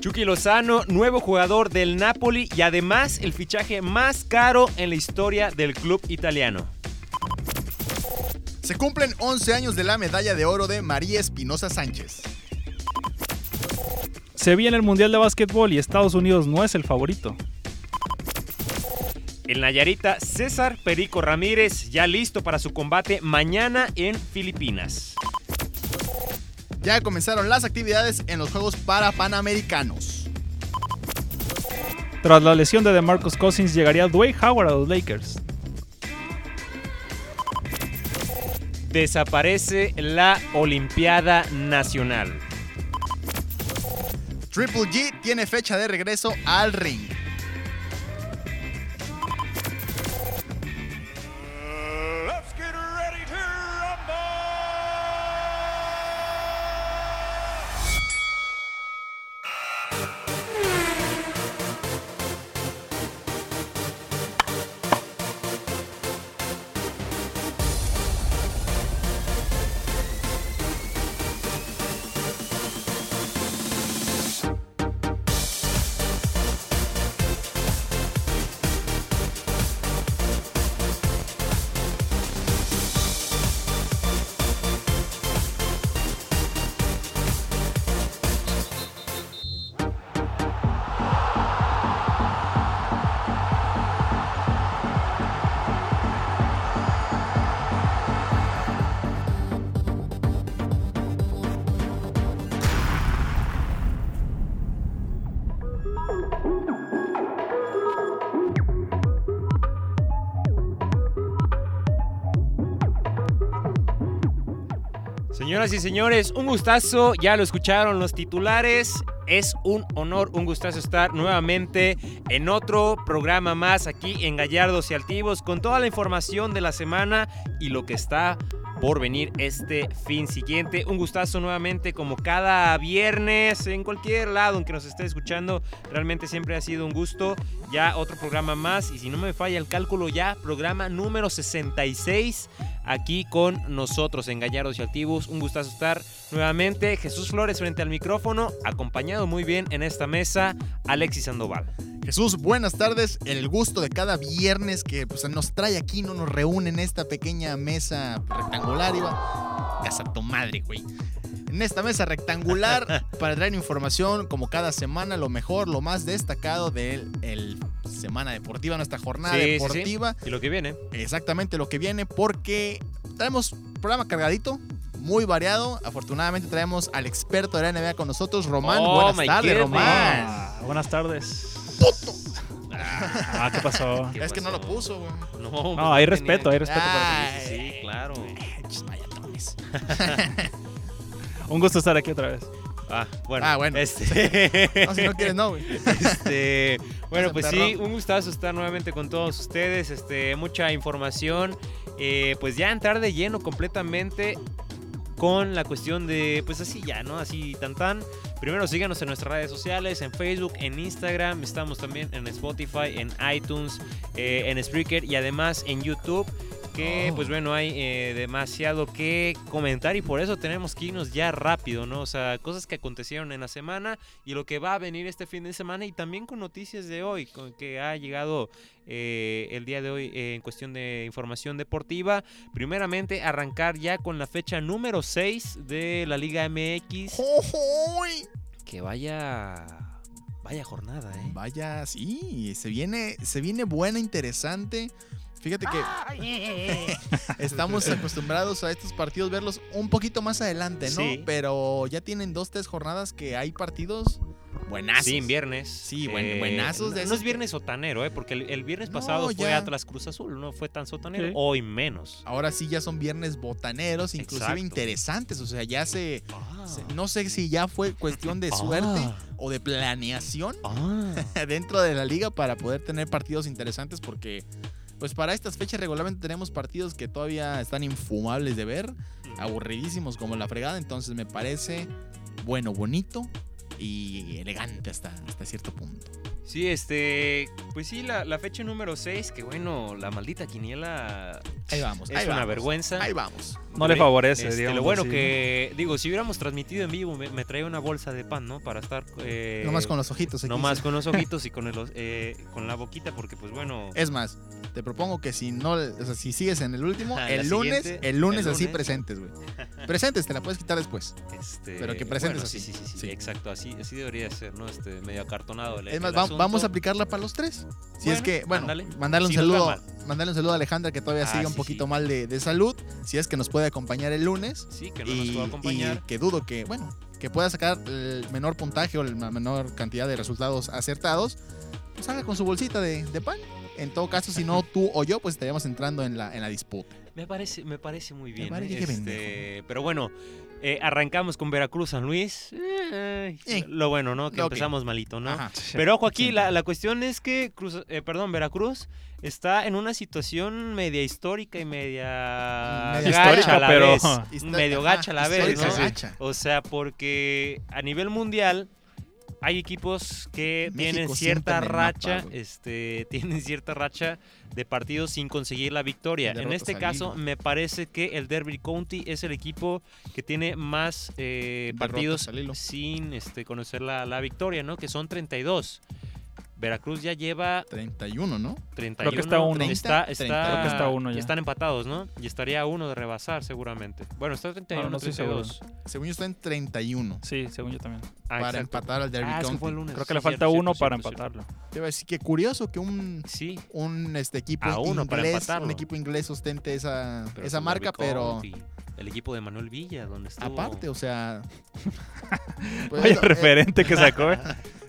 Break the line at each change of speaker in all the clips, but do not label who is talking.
Chucky Lozano, nuevo jugador del Napoli y además el fichaje más caro en la historia del club italiano.
Se cumplen 11 años de la medalla de oro de María Espinosa Sánchez.
Se viene el Mundial de Básquetbol y Estados Unidos no es el favorito.
El Nayarita César Perico Ramírez ya listo para su combate mañana en Filipinas.
Ya comenzaron las actividades en los Juegos para Panamericanos.
Tras la lesión de DeMarcus Cousins llegaría Dwayne Howard a los Lakers.
Desaparece la Olimpiada Nacional.
Triple G tiene fecha de regreso al ring.
Señoras y señores, un gustazo, ya lo escucharon los titulares. Es un honor, un gustazo estar nuevamente en otro programa más aquí en Gallardos y Altivos con toda la información de la semana y lo que está por venir este fin siguiente. Un gustazo nuevamente como cada viernes en cualquier lado en que nos esté escuchando. Realmente siempre ha sido un gusto. Ya otro programa más y si no me falla el cálculo ya, programa número 66 aquí con nosotros en Gallardos y Altivos. Un gustazo estar nuevamente. Jesús Flores frente al micrófono, acompañado muy bien en esta mesa, Alexis Sandoval.
Jesús, buenas tardes. El gusto de cada viernes que pues, nos trae aquí, no nos reúne en esta pequeña mesa rectangular, iba. Casa tu madre, güey. En esta mesa rectangular para traer información como cada semana, lo mejor, lo más destacado de el semana deportiva, nuestra jornada
Sí, sí, sí.
deportiva.
Y lo que viene.
Exactamente lo que viene porque traemos programa cargadito, muy variado. Afortunadamente traemos al experto de la NBA con nosotros, Román.
Oh, my
buenas tardes,
goodness.
Román.
Ah, buenas tardes. Ah, ¿qué pasó?
¿Qué
Es que no
pasó?
lo puso, güey.
No, pues,
No, hay
tenía-
respeto, hay respeto. para
Ay.
Sí, claro.
Mayatones.
ti. Un gusto estar aquí otra vez.
Ah, bueno.
Ah, bueno.
Este...
No, si no quieres, no, güey.
Este, bueno,
Gracias,
pues
perro.
sí, un gustazo estar nuevamente con todos ustedes. Este, mucha información. Eh, pues ya entrar de lleno completamente con la cuestión de, pues así ya, ¿no? Así tan tan. Primero síganos en nuestras redes sociales, en Facebook, en Instagram. Estamos también en Spotify, en iTunes, eh, en Spreaker y además en YouTube. Que
Oh.
pues bueno, hay eh, demasiado que comentar y por eso tenemos que irnos ya rápido, ¿no? O sea, cosas que acontecieron en la semana y lo que va a venir este fin de semana y también con noticias de hoy, con que ha llegado eh, el día de hoy eh, en cuestión de información deportiva. Primeramente, arrancar ya con la fecha número 6 de la Liga MX.
Jojoy.
Que vaya... Vaya jornada, ¿eh?
Vaya, sí, se viene, se viene buena, interesante. Fíjate que
Ah.
estamos acostumbrados a estos partidos verlos un poquito más adelante, ¿no?
Sí.
Pero ya tienen dos, tres jornadas que hay partidos buenazos.
Sí, en viernes. Eh,
Sí, buen- buenazos
no-
de
No
esos
es
que-
viernes sotanero, ¿eh? Porque el, el viernes
No,
pasado fue
ya.
Atlas Cruz Azul, no fue tan sotanero.
Sí.
Hoy menos.
Ahora sí ya son viernes botaneros, inclusive
Exacto.
interesantes. O sea, ya se,
Ah.
se- no sé si ya fue cuestión de
Ah.
suerte o de planeación
Ah.
dentro de la liga para poder tener partidos interesantes porque pues para estas fechas regularmente tenemos partidos que todavía están infumables de ver, aburridísimos como la fregada, entonces me parece bueno, bonito y elegante hasta, hasta cierto punto.
Sí, este. Pues sí, la, la fecha número 6, que bueno, la maldita quiniela
Ahí vamos.
es
ahí
una
vamos,
vergüenza.
Ahí vamos.
No le favorece,
Este,
digamos.
lo bueno
así.
que, digo, si hubiéramos transmitido en vivo, me, me traía una bolsa de pan, ¿no? Para estar. eh,
Nomás con los ojitos aquí.
nomás
sí.
con los ojitos y con, el, eh, con la boquita, porque pues bueno.
Es más, te propongo que si no, o sea, si sigues en el último,
Ajá, la
el lunes,
siguiente,
el lunes
el
así
lunes.
presentes, güey. Presentes, te la puedes quitar después.
Este,
Pero que presentes
bueno, sí,
así.
sí, sí, sí,
Sí.
exacto, así, así debería ser, ¿no? Este, medio acartonado. el-
Es más,
el
va-
asunto.
vamos a aplicarla para los tres. Si es
Bueno,
que, bueno,
ándale.
mandarle un
Si nos va
saludo,
mal.
mandarle un saludo a Alejandra que todavía
Ah,
sigue un
sí,
poquito
sí.
mal de, de salud. Si es que nos puede acompañar el lunes.
Sí, que no nos
Y,
puede acompañar.
y que dudo que, bueno, que pueda sacar el menor puntaje o la menor cantidad de resultados acertados, pues haga con su bolsita de, de pan. En todo caso, si no tú o yo, pues estaríamos entrando en la, en la disputa.
Me parece, me parece muy bien. ¿eh?
parece que
Este, pero bueno, eh, arrancamos con Veracruz San Luis. Eh,
Eh.
Lo bueno, ¿no? Que
Ok.
empezamos malito, ¿no?
Ajá.
Pero ojo aquí, la, la cuestión es que Cruz- eh, perdón, Veracruz está en una situación media histórica y media, gacha
Media
histórica,
a la
pero-
vez.
Histó-
Medio
ajá,
gacha a la vez,
histórica,
¿no?
sí, sí.
gacha.
O sea, porque a nivel mundial hay equipos que
México
tienen
siempre
cierta
en el
racha,
mapa, güey.
este, tienen cierta racha de partidos sin conseguir la victoria. En
Derrotas
este
al
caso,
hilo.
me parece que el Derby County es el equipo que tiene más eh,
Derrotas
partidos
al hilo.
sin este, conocer la, la victoria, ¿no? Que son 32. Veracruz ya lleva
31, ¿no?
31.
Creo que está a uno.
Está,
30,
está-
creo
que está a uno ya.
Están empatados, ¿no? Y estaría a uno de rebasar seguramente. Bueno, está 31,
no estoy seguro.
32.
Según yo está en 31
Sí, según yo también.
Ah,
para
exacto.
empatar al Derby
Ah, es que
County.
fue el lunes.
Creo que
Sí,
le falta
cierto,
uno
cierto,
para
cierto, cierto.
empatarlo.
Te iba a decir que curioso que un,
Sí.
un este, equipo,
A uno para
inglés,
empatarlo.
un equipo inglés ostente esa,
pero
esa
el
marca,
Derby
pero...
County, El equipo de Manuel Villa, donde estuvo.
Aparte, o sea. pues,
Vaya
no, eh,
referente que sacó. eh.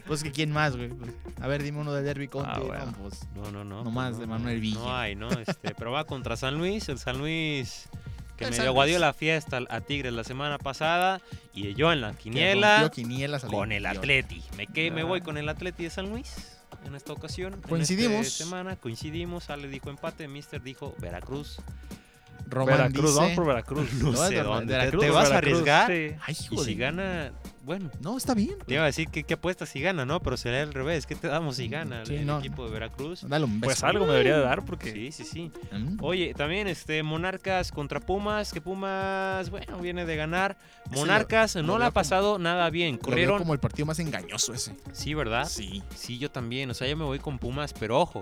Pues que quién más, güey. Pues, a ver, dime uno del Derby County.
Ah,
no,
bueno.
pues,
No, no, no.
Nomás
pues
de
no,
Manuel Villa.
No hay, ¿no? Este, pero va contra San Luis. El San Luis que
El
me
San
aguadió
Luis.
la fiesta al- a Tigres la semana pasada. Y yo en la
que
quiniela
rompió quinielas al
con el
interior.
Atleti. Me, que, me
Ah.
voy con el Atleti de San Luis. En esta ocasión, en este
Coincidimos.
semana coincidimos, Ale dijo empate, Mister dijo Veracruz.
Román
Veracruz,
dice-
vamos por Veracruz.
No
Lo vas
sé
de-
dónde. ¿Te,
Veracruz
te
o
vas a
Veracruz,
arriesgar?
sí.
Ay,
Y
joder.
si gana, bueno,
No, está bien.
Te iba a decir que qué apuesta si gana, ¿no? Pero será al revés. ¿Qué te damos si gana el-
Mm, Sí,
el
no.
equipo de Veracruz?
Dale un beso.
ah,
Pues algo me debería de dar porque
Sí, sí, sí.
Mm.
Oye, también este Monarcas contra Pumas, que Pumas, bueno, viene de ganar.
Ese
Monarcas
lo- lo
no le
veo
ha pasado nada bien.
Lo veo
Corrieron.
como el partido más engañoso ese.
Sí, ¿verdad?
Sí.
Sí, yo también. O sea, yo me voy con Pumas, pero ojo.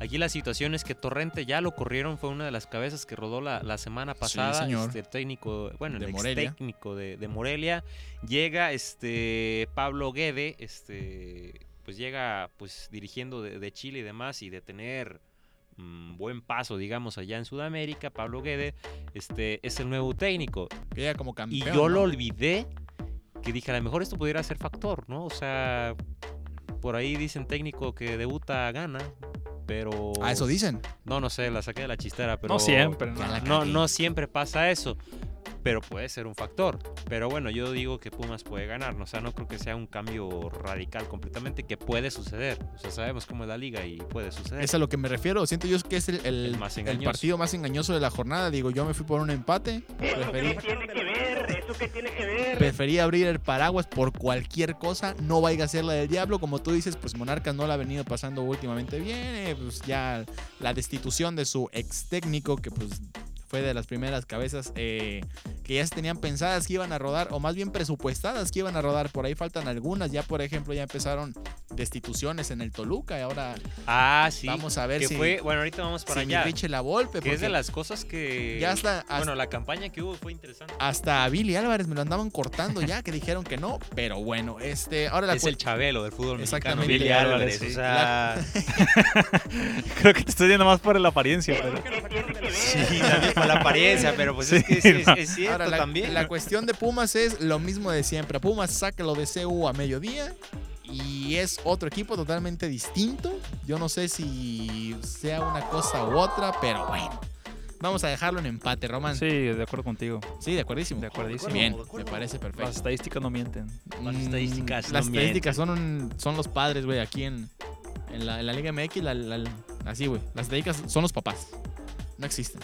Aquí la situación es que Torrente ya lo corrieron, fue una de las cabezas que rodó la, la semana pasada.
señor.
Este, el técnico, bueno,
De
el ex
Morelia.
técnico de, de Morelia. Llega este Pablo Guede, este, pues llega pues dirigiendo de, de Chile y demás, y de tener mm, buen paso, digamos, allá en Sudamérica, Pablo Guede, este, es el nuevo técnico.
Que era como
Y
campeón.
yo lo
¿no?
olvidé que dije, a lo mejor esto pudiera ser factor, ¿no? O sea, por ahí dicen técnico que debuta gana, pero...
Ah, eso dicen.
No, no sé, la saqué de la chistera, pero...
no siempre.
Ya la
¿no?
No,
cagué.
no siempre pasa eso, pero puede ser un factor. Pero bueno, yo digo que Pumas puede ganar, ¿no? o sea, no creo que sea un cambio radical completamente que puede suceder. O sea, sabemos cómo es la liga y puede suceder.
Es a lo que me refiero. Siento yo que es el, el-
El más
el
engañoso.
partido más engañoso de la jornada. Digo, yo me fui por un empate. Preferí,
tiene que ver? ¿Eso qué tiene que ver?
preferí abrir el paraguas por cualquier cosa, no vaya a ser la del diablo. Como tú dices, pues Monarcas no la ha venido pasando últimamente bien. eh, pues ya la destitución de su ex técnico, que pues fue de las primeras cabezas eh, que ya se tenían pensadas que iban a rodar, o más bien presupuestadas que iban a rodar. Por ahí faltan algunas. Ya, por ejemplo, ya empezaron destituciones en el Toluca. Y ahora
Ah, sí.
vamos a ver
que
si.
fue, bueno, ahorita vamos para
si mi
allá.
Richie la golpe.
Que es de las cosas que...
Ya hasta, hasta,
Bueno, la campaña que hubo fue interesante.
hasta a Billy Álvarez me lo andaban cortando ya, que dijeron que no. Pero bueno, este, ahora la
es
cu-
el Chabelo del fútbol mexicano,
Exactamente.
Billy Álvarez.
Sí.
O sea,
Creo que te estoy yendo más por la apariencia, pero.
sí, también por la apariencia, pero pues es
Sí,
que es, es-
no.
es cierto
ahora la,
también.
la cuestión de Pumas es lo mismo de siempre. Pumas saca lo de CU a mediodía y es otro equipo totalmente distinto. Yo no sé si sea una cosa u otra, pero bueno. Vamos a dejarlo en empate, Román.
Sí,
Sí,
de acuerdo contigo.
de acuerdísimo.
De acuerdísimo.
Bien, me parece perfecto.
Las estadísticas no mienten.
Las
Mm,
estadísticas no
las estadísticas son, un- son los padres, güey, aquí en, en la, en la Liga MX. la- la- la- así, güey. Las estadísticas son los papás. No existen.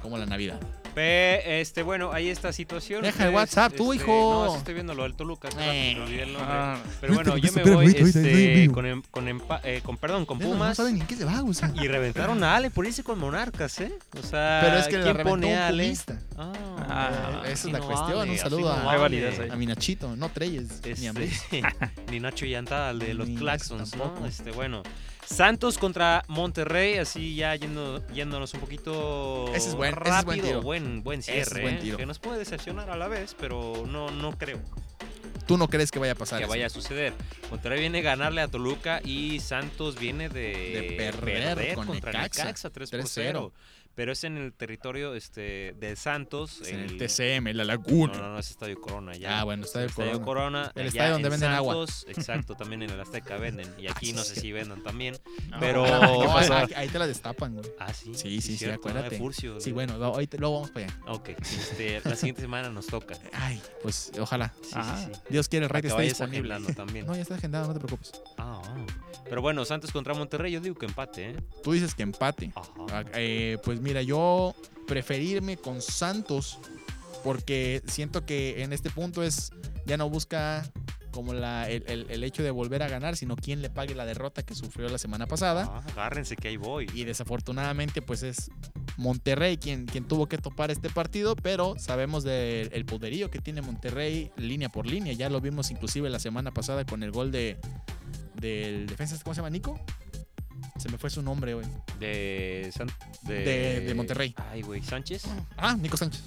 Como la Navidad.
Pe- este, bueno, ahí esta situación.
Deja
Ustedes,
el WhatsApp, tú,
este,
hijo.
No, sí estoy viendo lo del Toluca. hace rato
Eh.
que olvidé el nombre.
Ah,
Pero bueno, yo me
Espérame,
voy
ahorita, ahorita, ahorita,
este,
ahorita.
con, em- con, empa- eh, con, perdón, con
Mira, No
Pumas.
saben ni qué se va, o sea.
Y reventaron a Ale por irse con Monarcas, ¿eh? O sea,
Pero es que la
¿quién
reventó
pone
un
a Ale?
pumista.
Ah,
Ah,
así
esa es la
no
cuestión.
vale,
Un
así
saludo
no
a-
vale.
Hay validez ahí.
A mi Nachito, no Treyes, ni
Pues, Este,
a Ambris.
ni Nacho Yantada, el de los
Ni
Claxons, ¿no?
tampoco.
Este, bueno. Santos contra Monterrey, así ya yendo- yéndonos un poquito
Ese es buen- ese
rápido,
es buen tiro.
buen, buen
Ese es
cierre,
buen
¿eh?
tiro.
que nos puede decepcionar a la vez, pero no, no creo
Tú no crees que vaya a pasar
que
eso?
vaya a suceder. Monterrey viene a ganarle a Toluca y Santos viene de,
De perder con
contra
Necaxa,
Necaxa 3 por 0.
3-0.
Pero es en el territorio este, de Santos.
Es en
TC
el TCM, la
No,
Laguna.
no, no, es Estadio Corona ya.
Ah, bueno, está de
Estadio
corona.
Corona.
El
allá
estadio donde
en
venden agua.
Santos, Exacto, también en el Azteca venden. Y aquí
sí,
no sé
sí.
si vendan también.
No,
Pero-
no, ahí, ahí te la destapan, güey.
Ah, sí.
Sí, sí, sí,
cierto, ¿no? De
acuérdate.
Furcio,
Sí,
de-
bueno, lo- ahorita- luego vamos para allá.
Ok, este, la siguiente semana nos toca. Sí,
Ay, pues ojalá.
sí,
Ah,
sí.
Dios quiere, el
Para
rey
que
esté
vayas
disponible.
agendando también.
No, ya está agendado, no te preocupes.
Ah, ah. Pero bueno, Santos contra Monterrey, yo digo que empate, ¿eh?
Tú dices que empate.
Ajá.
Ah, eh, pues mira, yo preferirme con Santos porque siento que en este punto es ya no busca como la, el, el- el hecho de volver a ganar, sino quién le pague la derrota que sufrió la semana pasada.
Ah, agárrense que ahí voy.
Y desafortunadamente pues es Monterrey quien, quien tuvo que topar este partido, pero sabemos del el poderío que tiene Monterrey línea por línea. Ya lo vimos inclusive la semana pasada con el gol de del defensa, ¿cómo se llama Nico? Se me fue su nombre hoy.
De, San-
De- de Monterrey.
Ay, güey, Sánchez.
Ah, Nico Sánchez.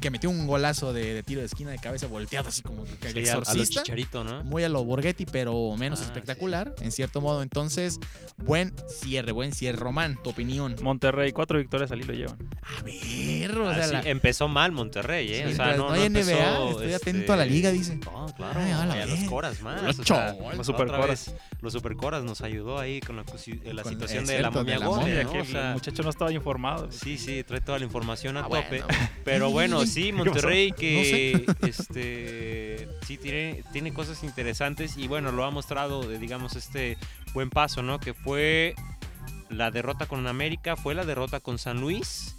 Que metió un golazo de, de tiro de esquina de cabeza volteado, así como que el
Sí, a, a los
exorcista.
Chicharito, ¿no?
Muy a lo Borghetti, pero menos
Ah,
espectacular, en cierto modo. Entonces, buen cierre, buen cierre. Román, tu opinión.
Monterrey, cuatro victorias al hilo llevan.
A ver, o sea,
Así,
la-
Empezó mal Monterrey, ¿eh?
Sí,
o sea,
mientras
no,
no hay
empezó, este,
NBA, estoy atento a la liga, dice.
No, claro.
Ay, a la
y a los
vez.
coras más.
Los
o sea,
chol,
otra
los supercoras.
vez, Los supercoras nos ayudó ahí con la, cosi- eh, la
Con-
situación
es
de la
cierto,
momia
de la
Gole,
momia,
¿no?
que
O sea,
el muchacho no estaba informado.
Sí, sí, trae toda la información a
Ah,
tope.
bueno,
Pero bueno, sí,
pasó?
Monterrey que este sí tiene, tiene cosas interesantes y bueno, lo ha mostrado, de, digamos, este buen paso, ¿no? Que fue la derrota con América, fue la derrota con San Luis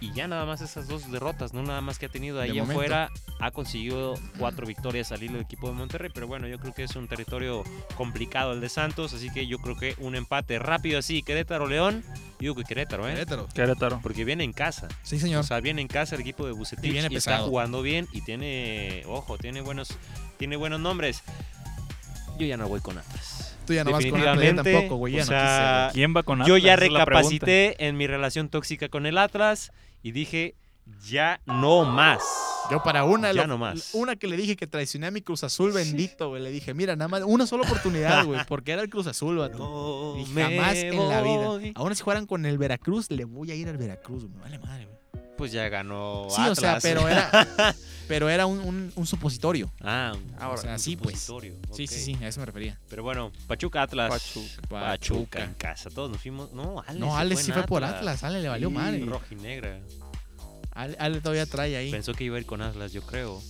y ya nada más esas dos derrotas, ¿no? Nada más que ha tenido ahí
De momento.
afuera, ha conseguido cuatro victorias al hilo del equipo de Monterrey, pero bueno, yo creo que es un territorio complicado el de Santos, así que yo creo que un empate rápido así, Querétaro-León, digo que Querétaro, ¿eh?
Querétaro.
Querétaro.
Porque viene en casa.
Sí, señor.
O sea, viene en casa el equipo de Bucetich
Y
y,
viene
está
pesado.
jugando bien y tiene, ojo, tiene buenos, tiene buenos nombres. Yo ya no voy con Atlas.
Tú ya no vas con Atlas, yo
Definitivamente,
tampoco, güey. Ya
o
no
sea,
¿Quién va con Atlas?
Yo ya
Esa es la pregunta.
recapacité en mi relación tóxica con el Atlas y dije, ya no más.
quise. Yo para una,
ya
lo-
no más.
una que le dije que traicioné a mi Cruz Azul bendito, güey. Le dije, mira, nada más una sola oportunidad, güey, porque era el Cruz Azul, vato.
No
Y
me
jamás en la
voy.
vida. Aún si jugaran con el Veracruz, le voy a ir al Veracruz, güey. Me Vale madre, güey.
Pues ya ganó
Sí,
Atlas.
o sea, pero era, pero era un, un- un supositorio.
Ah,
eh, o sea,
un
sí, pues.
supositorio,
Sí,
ok.
sí, sí, a eso me refería.
Pero bueno, Pachuca Atlas.
Pachuca.
Pachuca en casa. Todos nos fuimos. No, Ale.
No,
se
Ale
en
sí fue por Atlas, Ale le valió
Sí,
madre.
Rojinegra.
Ale, Ale todavía trae ahí.
Pensó que iba a ir con Atlas, yo creo.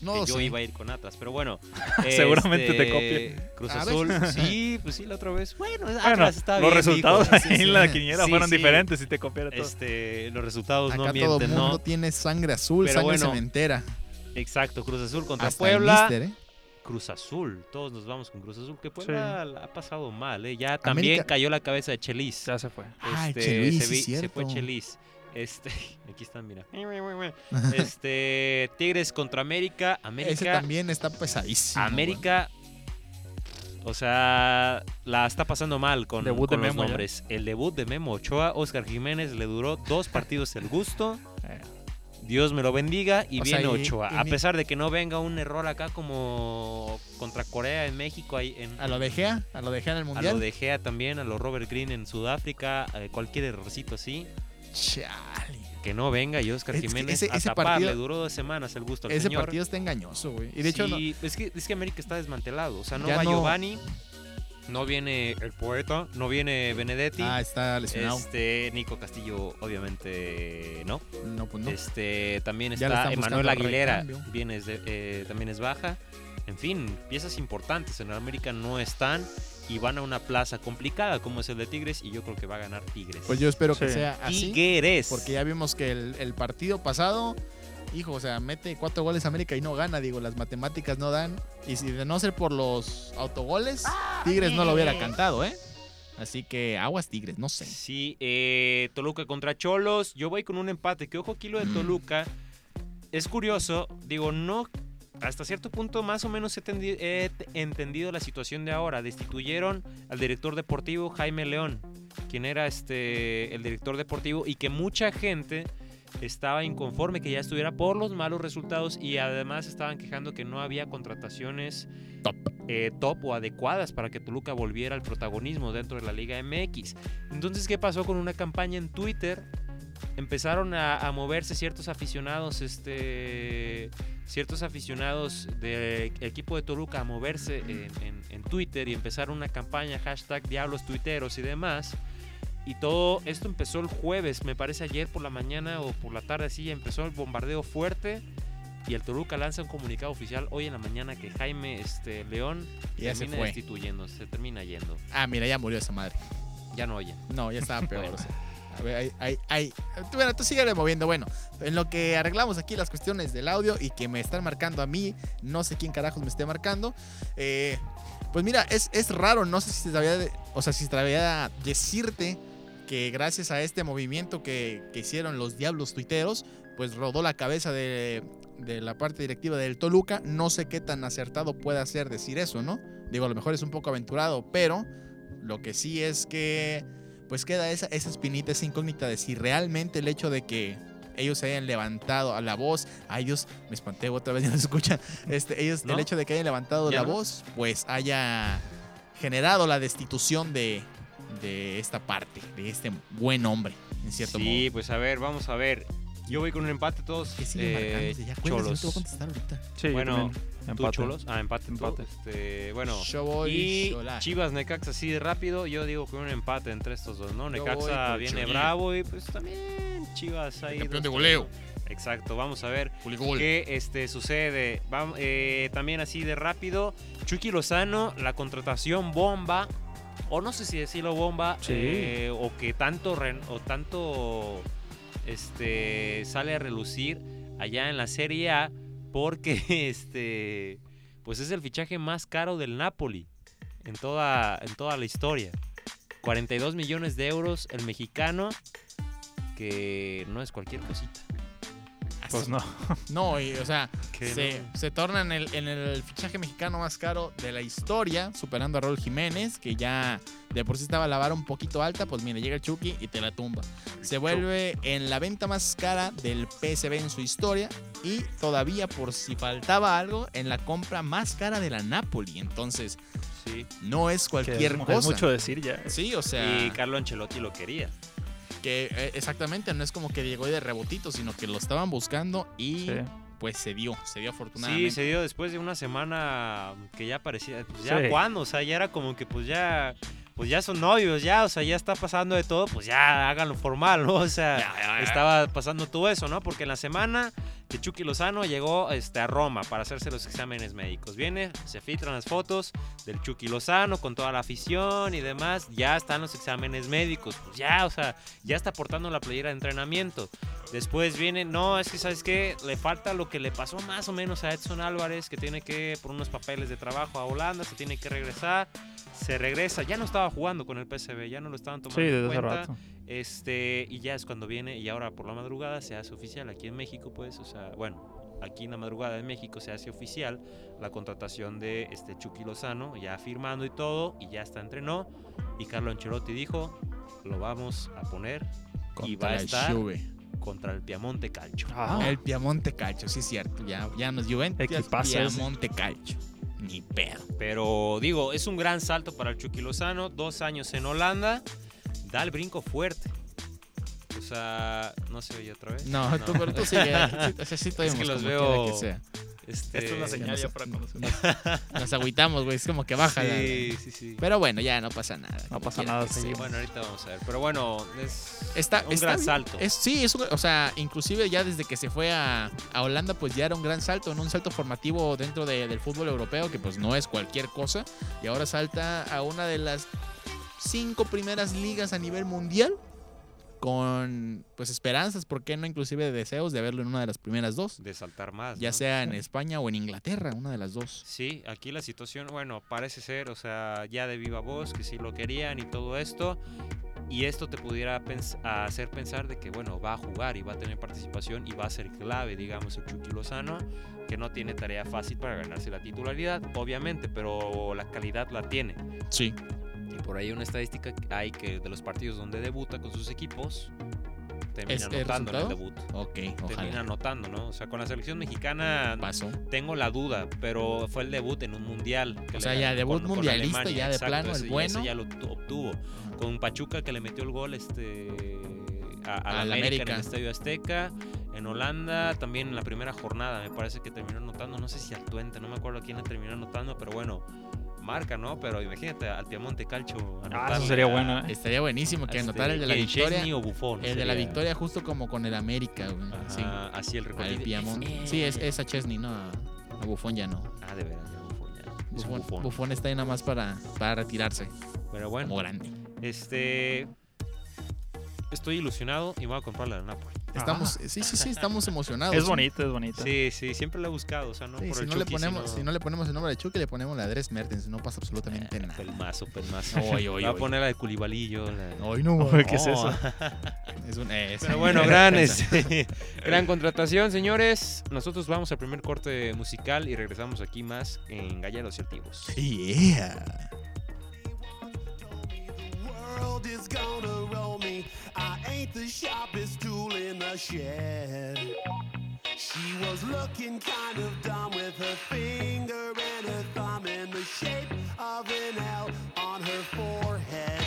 Pues,
no
que
lo
yo
sé.
iba a ir con Atlas, pero bueno. este,
Seguramente te copia.
Cruz
A
Azul.
ver.
Sí, pues sí, la otra vez. Bueno,
Bueno,
Atlas está
los
bien.
resultados
dijo.
ahí en la quiniela
Sí,
fueron
sí.
diferentes si te copiara todo.
Este, los resultados
Acá
no
todo
mienten,
mundo
¿no?
tiene sangre azul,
Pero
sangre
bueno,
cementera.
Exacto, Cruz Azul contra
Hasta el
Puebla.
míster, ¿eh?
Cruz Azul, todos nos vamos con Cruz Azul, que Puebla la ha pasado mal, ¿eh? Ya también
América-
cayó la cabeza de Chelis.
Ya se fue.
Ah,
Este,
Chelis,
se,
sí,
vi- se
cierto.
fue Chelis. Este, aquí están, mira. Este, Tigres contra América.
Ese
América.
también está pesadísimo. güey.
América. O sea, la está pasando mal con,
Debut
con
de
los
Memo, ya.
nombres. El debut de Memo Ochoa, Oscar Jiménez le duró dos partidos el gusto.
Eh,
Dios me lo bendiga y
O sea,
viene
y-
Ochoa.
y
a
ni-
pesar de que no venga un error acá como contra Corea en México, ahí en,
A lo de Gea, a lo de Gea en el
a
mundial.
lo de Gea también, a lo Robert Green en Sudáfrica, eh, cualquier errorcito así,
Chale.
que no venga y Oscar
Es que
Jiménez
ese-
a
ese
tapar.
partido-
le duró dos semanas el gusto al
Ese
señor.
partido está engañoso, güey. Y de hecho, no-
Sí, es, que, es que América está desmantelado. O sea, no
Ya
va
no-
Giovanni, no viene el poeta, no viene Benedetti.
ah, está lesionado.
este, Nico Castillo, obviamente, no.
No, pues no.
Este, también
Ya le
está
están buscando
Emanuel Aguilera,
recambio.
viene es de- eh, también es baja. En fin, piezas importantes en América no están. y van a una plaza complicada como es el de Tigres y yo creo que va a ganar Tigres.
Pues yo espero que
Sí.
sea así.
Tigres.
Porque ya vimos que el, el partido pasado, hijo, o sea, mete cuatro goles América y no gana, digo, las matemáticas no dan. Y si de no ser por los autogoles, Tigres no lo hubiera cantado, ¿eh? Así que aguas Tigres, no sé.
Sí, eh, Toluca contra Cholos. Yo voy con un empate. Que ojo aquí lo de Toluca. Es curioso, digo, no. Hasta cierto punto más o menos he, tendi- he t- entendido la situación de ahora. Destituyeron al director deportivo Jaime León, quien era este el director deportivo y que mucha gente estaba inconforme que ya estuviera por los malos resultados y además estaban quejando que no había contrataciones
Top.
eh, top o adecuadas para que Toluca volviera al protagonismo dentro de la Liga MX. Entonces, ¿qué pasó con una campaña en Twitter? Empezaron a, a moverse ciertos aficionados, este, ciertos aficionados del equipo de Toluca a moverse en, en- en Twitter y empezaron una campaña hashtag Diablos Tuiteros y demás. Y todo esto empezó el jueves, me parece ayer por la mañana o por la tarde así, empezó el bombardeo fuerte. Y el Toluca lanza un comunicado oficial hoy en la mañana que Jaime este, León
Ya se
termina este-
fue.
destituyendo, se termina yendo.
Ah, mira, ya murió esa madre.
Ya no oyen.
No, ya estaba peor.
Bueno.
o sea. A ver, ahí, ahí, ahí. Tú, bueno, tú síguele moviendo. Bueno, en lo que arreglamos aquí las cuestiones del audio y que me están marcando a mí, no sé quién carajos me esté marcando. eh, pues mira, es, es raro, no sé si te había, o sea, si te había decirte que gracias a este movimiento que, que hicieron los diablos tuiteros, pues rodó la cabeza de, de la parte directiva del Toluca. No sé qué tan acertado pueda ser decir eso, ¿no? Digo, a lo mejor es un poco aventurado, pero lo que sí es que pues queda esa, esa espinita, esa incógnita de si realmente el hecho de que ellos se hayan levantado a la voz, a ellos, me espanté otra vez, ya no se escucha, este, ellos,
¿No?
el hecho de que hayan levantado
¿Ya
la
no?
voz, pues haya generado la destitución de, de esta parte, de este buen hombre, en cierto
Sí, pues a ver, vamos a ver. Yo voy con un empate todos.
modo. ¿Qué sigue
eh,
marcando? Ya cuelga, si no te voy a
cholos.
contestar ahorita.
Sí, yo
Bueno,
también.
¿Tú,
Empate.
Cholos? Ah, empate. tú.
Empate.
Este, bueno.
Yo voy
Y
Cholá.
Chivas Necaxa así de rápido, yo digo que un empate entre estos dos, ¿no?
Yo voy
Necaxa
por
viene
Cholillo.
bravo y pues también Chivas ahí. dos,
campeón de goleo.
tres. Exacto, vamos a ver
Puligol.
qué este, sucede. Vam- eh, también así de rápido, Chucky Lozano, la contratación bomba, o no sé si decirlo bomba,
Sí.
eh, o que tanto, ren- o tanto este, sale a relucir allá en la Serie A, porque este, pues es el fichaje más caro del Napoli en toda, en toda la historia. 42 millones de euros el mexicano, que no es cualquier cosita.
Pues no.
No, y, o sea,
Que
se,
no-
se torna en el, en el fichaje mexicano más caro de la historia, superando a Raúl Jiménez, que ya de por sí estaba la vara un poquito alta, pues mire, llega el Chucky y te la tumba. Se vuelve en la venta más cara del PSV en su historia y todavía por si faltaba algo, en la compra más cara de la Napoli. Entonces,
sí.
no es
Que
cualquier
es, mu-
cosa.
es mucho decir ya.
Sí, o sea,
Y Carlo Ancelotti lo quería.
que eh, exactamente no es como que llegó de rebotito, sino que lo estaban buscando y
Sí.
pues se dio, se dio
Sí,
afortunadamente.
se dio después de una semana que ya parecía, pues, ya
Sí.
cuando, o sea, ya era como que pues ya, pues ya son novios, ya, o sea, ya está pasando de todo, pues ya háganlo formal, ¿no? O sea, estaba pasando todo eso, ¿no? Porque en la semana que Chucky Lozano llegó este, a Roma para hacerse los exámenes médicos. Viene, se filtran las fotos del Chucky Lozano con toda la afición y demás. Ya están los exámenes médicos. Pues ya, o sea, ya está portando la playera de entrenamiento. Después viene, no, es que sabes qué, le falta lo que le pasó más o menos a Edson Álvarez, que tiene que por unos papeles de trabajo a Holanda, se tiene que regresar, se regresa, ya no estaba jugando con el PSV, ya no lo estaban tomando
Sí,
en
desde hace
cuenta.
rato.
Este, y ya es cuando viene, y ahora por la madrugada se hace oficial aquí en México, pues, o sea, bueno, aquí en la madrugada de México se hace oficial la contratación de este Chucky Lozano, ya firmando y todo, y ya está entrenó. Y Carlo Ancelotti dijo, lo vamos a poner y va a estar contra el Piamonte Calcio.
Ah,
El Piamonte Calcio, sí es cierto. Ya, ya nos Juventus. ya es
Equipazo ese.
Piamonte Calcio. Ni pedo.
Pero digo, es un gran salto para el Chucky Lozano, dos años en Holanda, da el brinco fuerte. O sea, no se oye otra vez.
No, Tú, pero tú sigue. O sea, sí estoy
Es que los
como quiera
veo-
que sea.
Este,
Esto es una señal ya
Ah,
para conocer.
Nos agüitamos, güey. Es como que baja. la-
Sí, sí, sí.
Pero bueno, ya no pasa nada.
No
como
pasa
quiera
nada,
que
sí.
sea.
Bueno, ahorita vamos a ver. Pero bueno, es
Está,
un
está
gran
bien.
salto.
Es, sí, es un- o sea, inclusive ya desde que se fue a, a Holanda, pues ya era un gran salto, ¿no? Un salto formativo dentro de- del fútbol europeo, que pues no es cualquier cosa. Y ahora salta a una de las cinco primeras ligas a nivel mundial, con pues esperanzas, ¿por qué no? Inclusive deseos de verlo en una de las primeras dos,
De saltar más.
ya
¿no?
sea en España o en Inglaterra, una de las dos.
Sí, aquí la situación, bueno, parece ser, o sea, ya de viva voz, que sí lo querían y todo esto. Y esto te pudiera pens- hacer pensar de que, bueno, va a jugar y va a tener participación y va a ser clave, digamos, el Chucky Lozano, que no tiene tarea fácil para ganarse la titularidad, obviamente, pero la calidad la tiene.
Sí,
Y por ahí una estadística que hay que de los partidos donde debuta con sus equipos, termina
¿Es el
anotando en el
resultado?
debut.
ok,
Termina
ojalá.
anotando, ¿no? O sea, con la selección mexicana
Pasó.
tengo la duda, pero fue el debut en un mundial. que le
O sea, ya
ganó
debut mundialista, ya de plano, el
ese- ese
bueno.
ya lo tu- obtuvo. Con Pachuca que le metió el gol este, a, a la
Al
América, en
América.
el Estadio Azteca. En Holanda también en la primera jornada me parece que terminó anotando. No sé si al Tuente, no me acuerdo a quién le terminó anotando, pero bueno, marca, ¿no? Pero imagínate al Piamonte Calcio.
Ah,
anotarle
eso sería
a-
bueno, ¿eh?
Estaría buenísimo que
a
anotar
este,
el de la
que
victoria.
Chesney o Buffon
El de la
sería.
victoria justo como con el América, güey.
Ajá,
Sí.
Así el recorrido.
Al Piamont. Sí, es, es a Chesney, no a, a Buffon ya no.
Ah, de veras, ya Buffon ya. Es
Buffon,
Buffon.
Buffon está ahí nada más para, para retirarse
Pero bueno.
como grande.
Este. Estoy ilusionado y voy a comprar la de Napoli.
Estamos,
Ah.
sí, sí, sí, estamos emocionados.
Es
¿no?
bonito, es bonito.
Sí, sí, siempre la he buscado. O sea, no
Sí,
por
si,
el
no le
Chucky,
ponemos,
sino-
si no le ponemos el nombre de Chucky, le ponemos la de Dres Mertens. No pasa absolutamente
Eh,
nada.
pelmazo, pelmazo.
Oy, oy,
Voy a
oy.
poner la de Culibalillo. la de-
Ay, no, güey.
Uy, ¿Qué es eso?
Es un, eh, es-
Pero bueno, gran, este, gran contratación, señores. Nosotros vamos al primer corte musical y regresamos aquí más en Gallardos y Activos.
Yeah.
world is gonna roll me. I ain't the sharpest tool in the shed. She was looking kind of dumb with her finger and her thumb in the shape of an L on her forehead.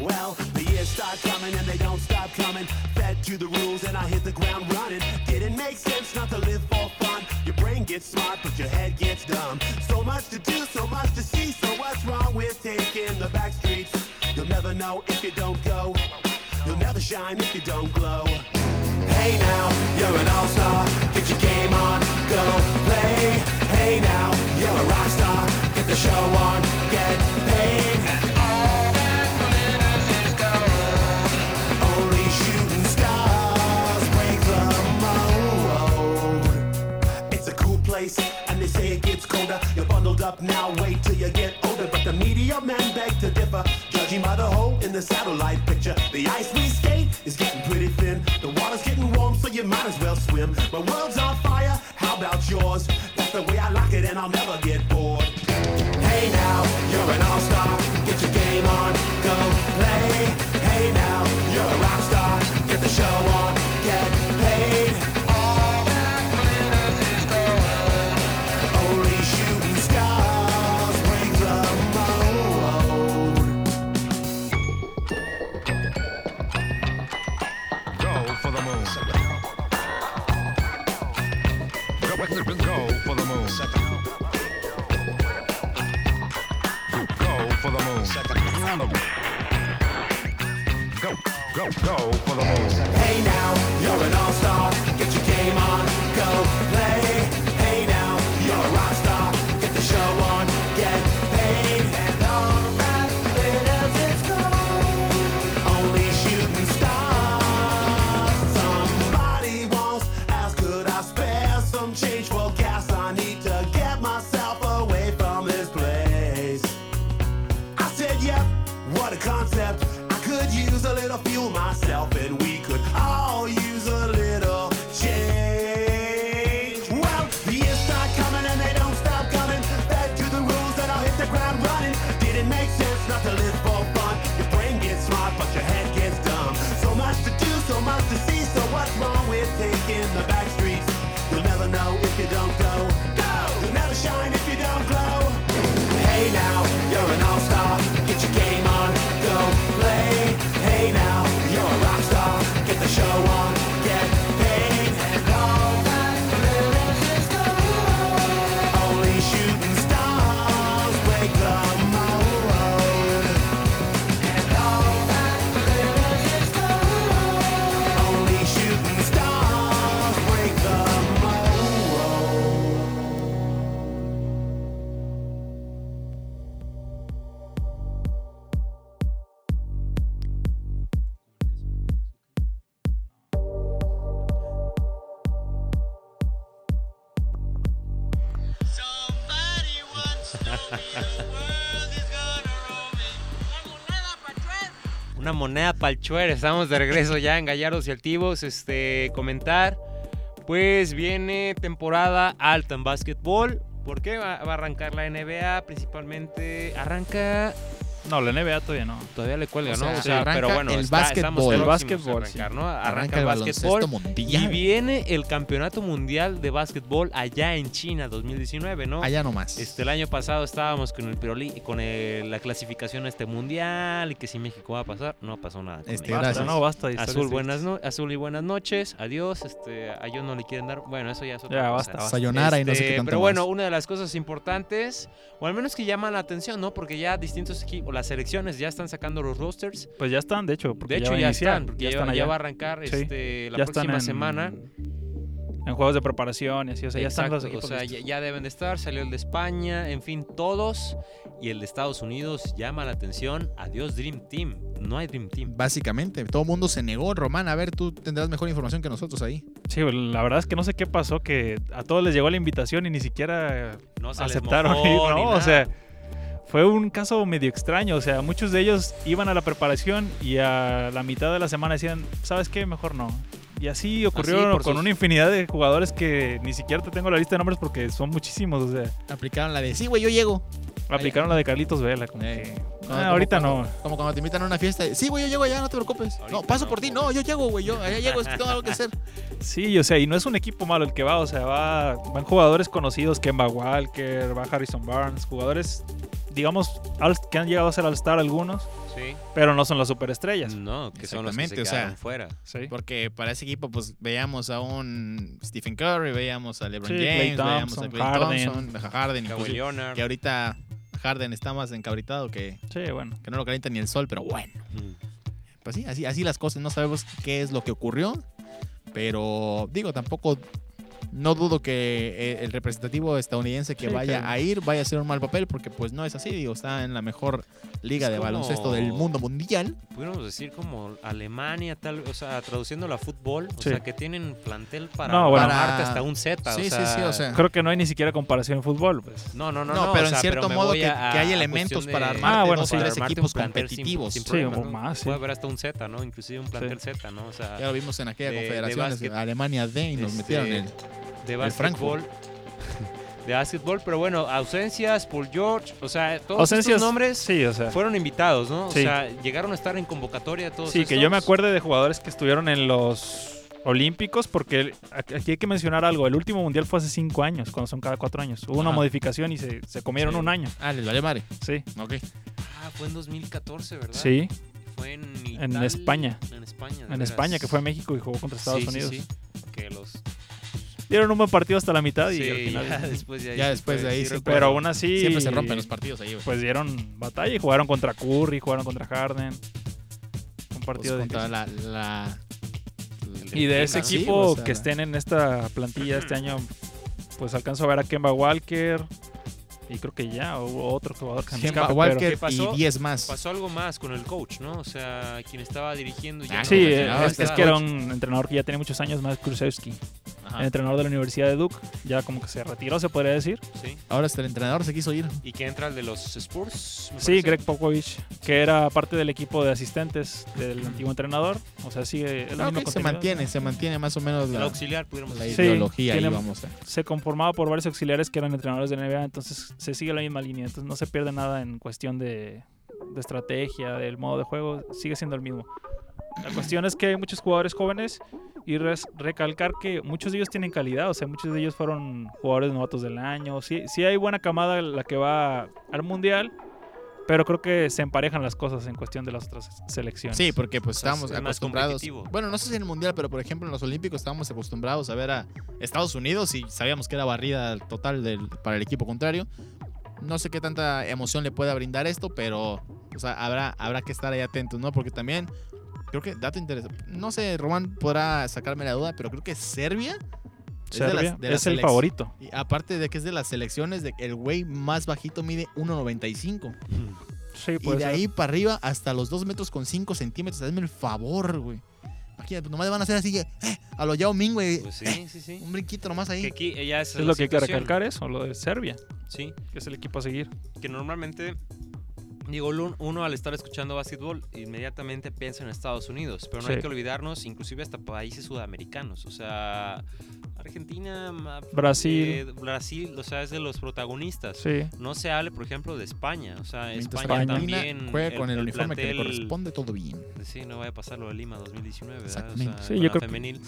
Well, the years start coming and they don't stop coming. Fed to the rules and I hit the ground running. Didn't make sense not to live for fun. Your brain gets smart, but your head gets dumb. So much to do, so much to see. So what's wrong with taking the back streets? You'll never know if you don't go. You'll never shine if you don't glow. Hey now, you're an all-star. Get your game on, go play. Hey now, you're a rock star. Get the show on, get paid. Only shooting stars break the mold. It's a cool place, and they say it gets colder. You're bundled up now, wait till you get older. But the media men beg to differ, judging by the hole in the satellite picture. The ice we skate is getting pretty thin. The water's getting warm, so you might as well swim. My world's on fire, how about yours? That's the way I like it, and I'll never get bored. Hey now, you're an all-star. Get your game on, go play. Hey now, you're a rock star. Get the show on, get paid. All that glitters is gold. Only shooting stars break the mold.
Go for the moon. Go, go for the moon. Go for the moon. Go, go, go for the moon.
Hey now, you're an all-star. Get your game on, go play. Hey now, you're a rock star. Get the show on, get paid. And all that glitters is gold. Only shooting stars. Somebody once asked, could I spare some change for gas? I need to get myself away from this place. I said, yep, what a concept. I could use a little fuel myself, and we could all use a little change. Well, the years start coming and they don't stop coming. Back to the rules that I'll hit the ground running. Didn't make sense not to live for fun. Your brain gets smart, but your head gets dumb. So much to do, so much to see. So what's wrong with taking the back streets? You'll never know if you don't.
Una moneda palchuera. Estamos de regreso ya en Gallardos y Altivos. Este, comentar. Pues viene temporada alta en básquetbol. Porque va, va a arrancar la NBA principalmente. Arranca.
No, la NBA todavía no.
Todavía le cuelga,
O
¿no?
sea,
O sea,
arranca
pero bueno,
el
está- estamos
básquetbol.
próximos
El
a
básquetbol,
arrancar, ¿no? Arranca,
Arranca
el
el
básquetbol.
baloncesto
Y
mundial.
viene el Campeonato Mundial de Básquetbol allá en China 2019, ¿no?
Allá nomás.
Este, el año pasado estábamos con el piroli- con el- la clasificación a este mundial y que si México va a pasar, no pasó nada. con
Este,
ello.
Basta,
gracias.
no, basta. de historias
Azul,
tristes.
buenas no- Azul y buenas noches, adiós. Este, a ellos no le quieren dar. Bueno, eso ya es otra
Ya,
cosa.
basta, basta.
Sayonara y no sé
Este,
qué tanto
pero bueno,
más.
una de las cosas importantes, o al menos que llaman la atención, ¿no? Porque ya distintos equipos, las selecciones ya están sacando los rosters.
Pues ya están, de hecho. Porque
de hecho,
va a
ya
iniciar,
están, porque ya, ya
allá.
va a arrancar
Sí.
este, la
Ya están
próxima
en-
semana.
En juegos de preparación y así. O sea, ya están los
Exacto,
equipos.
O sea, ya,
listos.
ya deben de estar. Salió el de España, en fin, todos. Y el de Estados Unidos llama la atención. Adiós, Dream Team. No hay Dream Team.
Básicamente, todo el mundo se negó. Román, a ver, tú tendrás mejor información que nosotros ahí.
Sí, la verdad es que no sé qué pasó, que a todos les llegó la invitación y ni siquiera eh,
No se les
aceptaron
mojó
ir,
ni
¿no? O
nada.
sea, fue un caso medio extraño. O sea, muchos de ellos iban a la preparación y a la mitad de la semana decían, ¿sabes qué? Mejor no. Y así ocurrió
por
con
sus-
una infinidad de jugadores que ni siquiera te tengo la lista de nombres porque son muchísimos. O sea,
Aplicaron la de, sí, güey, yo llego.
aplicaron la de Carlitos Vela. Como
Eh,
que,
como-
"Ah,
como
ahorita
cuando-
no.
Como cuando te invitan a una fiesta. de, Sí, güey, yo llego allá, no te preocupes.
Ahorita
No, paso
no,
por ti.
joven.
No, yo llego, güey, yo allá llego, es que tengo algo que hacer.
Sí, o sea, y no es un equipo malo el que va, o sea, va, van jugadores conocidos, Kemba Walker, va Harrison Barnes, jugadores, digamos, all- que han llegado a ser All-Star algunos,
Sí.
pero no son las superestrellas.
No, que son los que se
Exactamente, o sea,
quedaron fuera.
Sí.
Porque para ese equipo, pues veíamos a un Stephen Curry, veíamos a LeBron
Sí, Klay
James, veíamos a
Thompson,
Clay
Harden.
Thompson, a Harden,
Kawhi
inclusive,
Leonard.
que ahorita Harden está más encabritado que,
Sí, bueno.
que no lo calienta ni el sol, pero bueno.
Mm.
Pues sí, así, así las cosas. No sabemos qué es lo que ocurrió, pero digo, tampoco. No dudo que eh, el representativo estadounidense que
Sí,
vaya
claro.
a ir vaya a hacer un mal papel, porque pues no es así, digo, está en la mejor liga
Es
de
como-
baloncesto del mundo mundial.
Pudiéramos decir como Alemania, tal, o sea, traduciéndolo a fútbol, o
Sí.
sea, que tienen plantel para
No, bueno.
armarte
Para-
hasta un Z.
Sí, sí, sí, o sea.
Ah, Creo que no hay ni siquiera comparación en fútbol, pues.
No, no, no,
No,
no,
pero
o
en
sea,
cierto
me
modo
voy
que-
a-
que hay
a
elementos
cuestión
para
de-
armarte
Ah, bueno, dos, sí.
para
tres
armarte
equipos
un plantel sin-
competitivos.
sin
Sí,
problema,
o
¿no?
más, sí.
Puede haber hasta un Z, ¿no? Inclusive un plantel Z, ¿no? O sea,
Ya lo vimos en aquella
de- de
confederación
básquet.
Alemania D y nos
Este,
metieron el.
de
El Frankfurt.
básquetbol. De básquetbol, pero bueno, ausencias, Paul George, o sea, todos
Ausencias,
estos nombres
Sí, o sea.
fueron invitados, ¿no? O
Sí.
sea, llegaron a estar en convocatoria todos
Sí, que yo me
estos.
acuerde de jugadores que estuvieron en los Olímpicos, porque el- aquí hay que mencionar algo. El último mundial fue hace cinco años, cuando son cada cuatro años. Hubo una
Ajá.
modificación y se, se comieron
Sí.
un año.
Ah, les vale madre.
Sí,
Ok.
Ah, fue en 2014, ¿verdad?
sí.
Fue en
En
Italia-
España.
En España, de
En
veras.
España, que fue a México y jugó contra Estados
Sí, sí,
Unidos.
sí. Que los
Dieron un buen partido hasta la mitad Ah, y
Sí,
al final.
ya después de ahí.
Ya
se
después
fue,
de ahí
sí
se-
recuerdo.
Pero aún así.
Siempre se rompen los partidos ahí, güey.
Pues dieron batalla y jugaron contra Curry, jugaron contra Harden. Un
Pues,
partido
contra
difícil.
la, la-
El
Y de ese
Argentina,
Sí,
equipo
o sea,
que estén en esta plantilla este año, pues alcanzo a ver a Kemba Walker. Y creo que ya hubo otro jugador que se me
Kemba
escapa, pero-
Walker
¿Qué pasó?
y 10 más.
Pasó algo más con el coach, ¿no? O sea, quien estaba dirigiendo ya.
Ah,
Sí,
No,
eh,
no,
es,
no,
es
no.
que era un entrenador que ya tiene muchos años más, Krusevski,
Ajá.
entrenador de la Universidad de Duke. Ya como que se retiró, se podría decir.
Sí.
Ahora hasta el entrenador se quiso ir.
Y que entra el de los Spurs. me
Sí,
parece.
Greg Popovich, que era parte del equipo de asistentes del antiguo entrenador. O sea, sigue el
Ah, ok,
mismo
se
contenido.
mantiene, se mantiene más o menos
El
la,
auxiliar, pudiéramos
la
decir.
Sí,
ideología. ahí,
tiene-
vamos a-
Se conformaba por varios auxiliares que eran entrenadores de NBA, entonces se sigue la misma línea. Entonces no se pierde nada en cuestión de, de estrategia, del modo de juego, sigue siendo el mismo. La cuestión es que hay muchos jugadores jóvenes y res- recalcar que muchos de ellos tienen calidad, o sea, muchos de ellos fueron jugadores novatos del año. Sí, sí hay buena camada la que va al mundial, pero creo que se emparejan las cosas en cuestión de las otras selecciones.
Sí, porque pues
O sea,
estábamos
es más
acostumbrados.
competitivo.
Bueno, no sé si en el mundial, pero por ejemplo en los Olímpicos estábamos acostumbrados a ver a Estados Unidos y sabíamos que era barrida total del, para el equipo contrario. No sé qué tanta emoción le pueda brindar esto, pero o sea, habrá, habrá que estar ahí atentos, ¿no? Porque también creo que dato interesante. No sé, Román podrá sacarme la duda, pero creo que Serbia es de las-
Serbia es,
de las
el
selec-
favorito.
Y aparte de que es de las selecciones, de, el güey más bajito mide 1.95. Y
Sí,
de
puede ser.
ahí para arriba hasta los 2 metros con 5 centímetros. Hazme el favor, güey. aquí nomás le van a hacer así, eh, a los Yao Ming, güey.
Pues
eh,
sí, sí, sí.
un brinquito nomás ahí.
Que aquí eh, ya es,
Es
la
lo que hay que
situación.
recalcar eso, lo de Serbia,
Sí,
que es el equipo a seguir.
que normalmente, digo, lo- uno al estar escuchando básquetbol, inmediatamente piensa en Estados Unidos, pero no hay
Sí.
que olvidarnos, inclusive hasta países sudamericanos, o sea, Argentina, ma- eh,
Brasil,
Brasil, o sea, es de los protagonistas.
sí.
No se hable, por ejemplo, de España. O sea,
Mientras
España,
Argentina
también.
juega con el, uniforme que le
plantel-
corresponde, todo bien.
Sí, no vaya a pasar lo de Lima 2019, ¿verdad?
Exactamente.
O sea,
Sí,
con
yo
la
creo que-
femenil.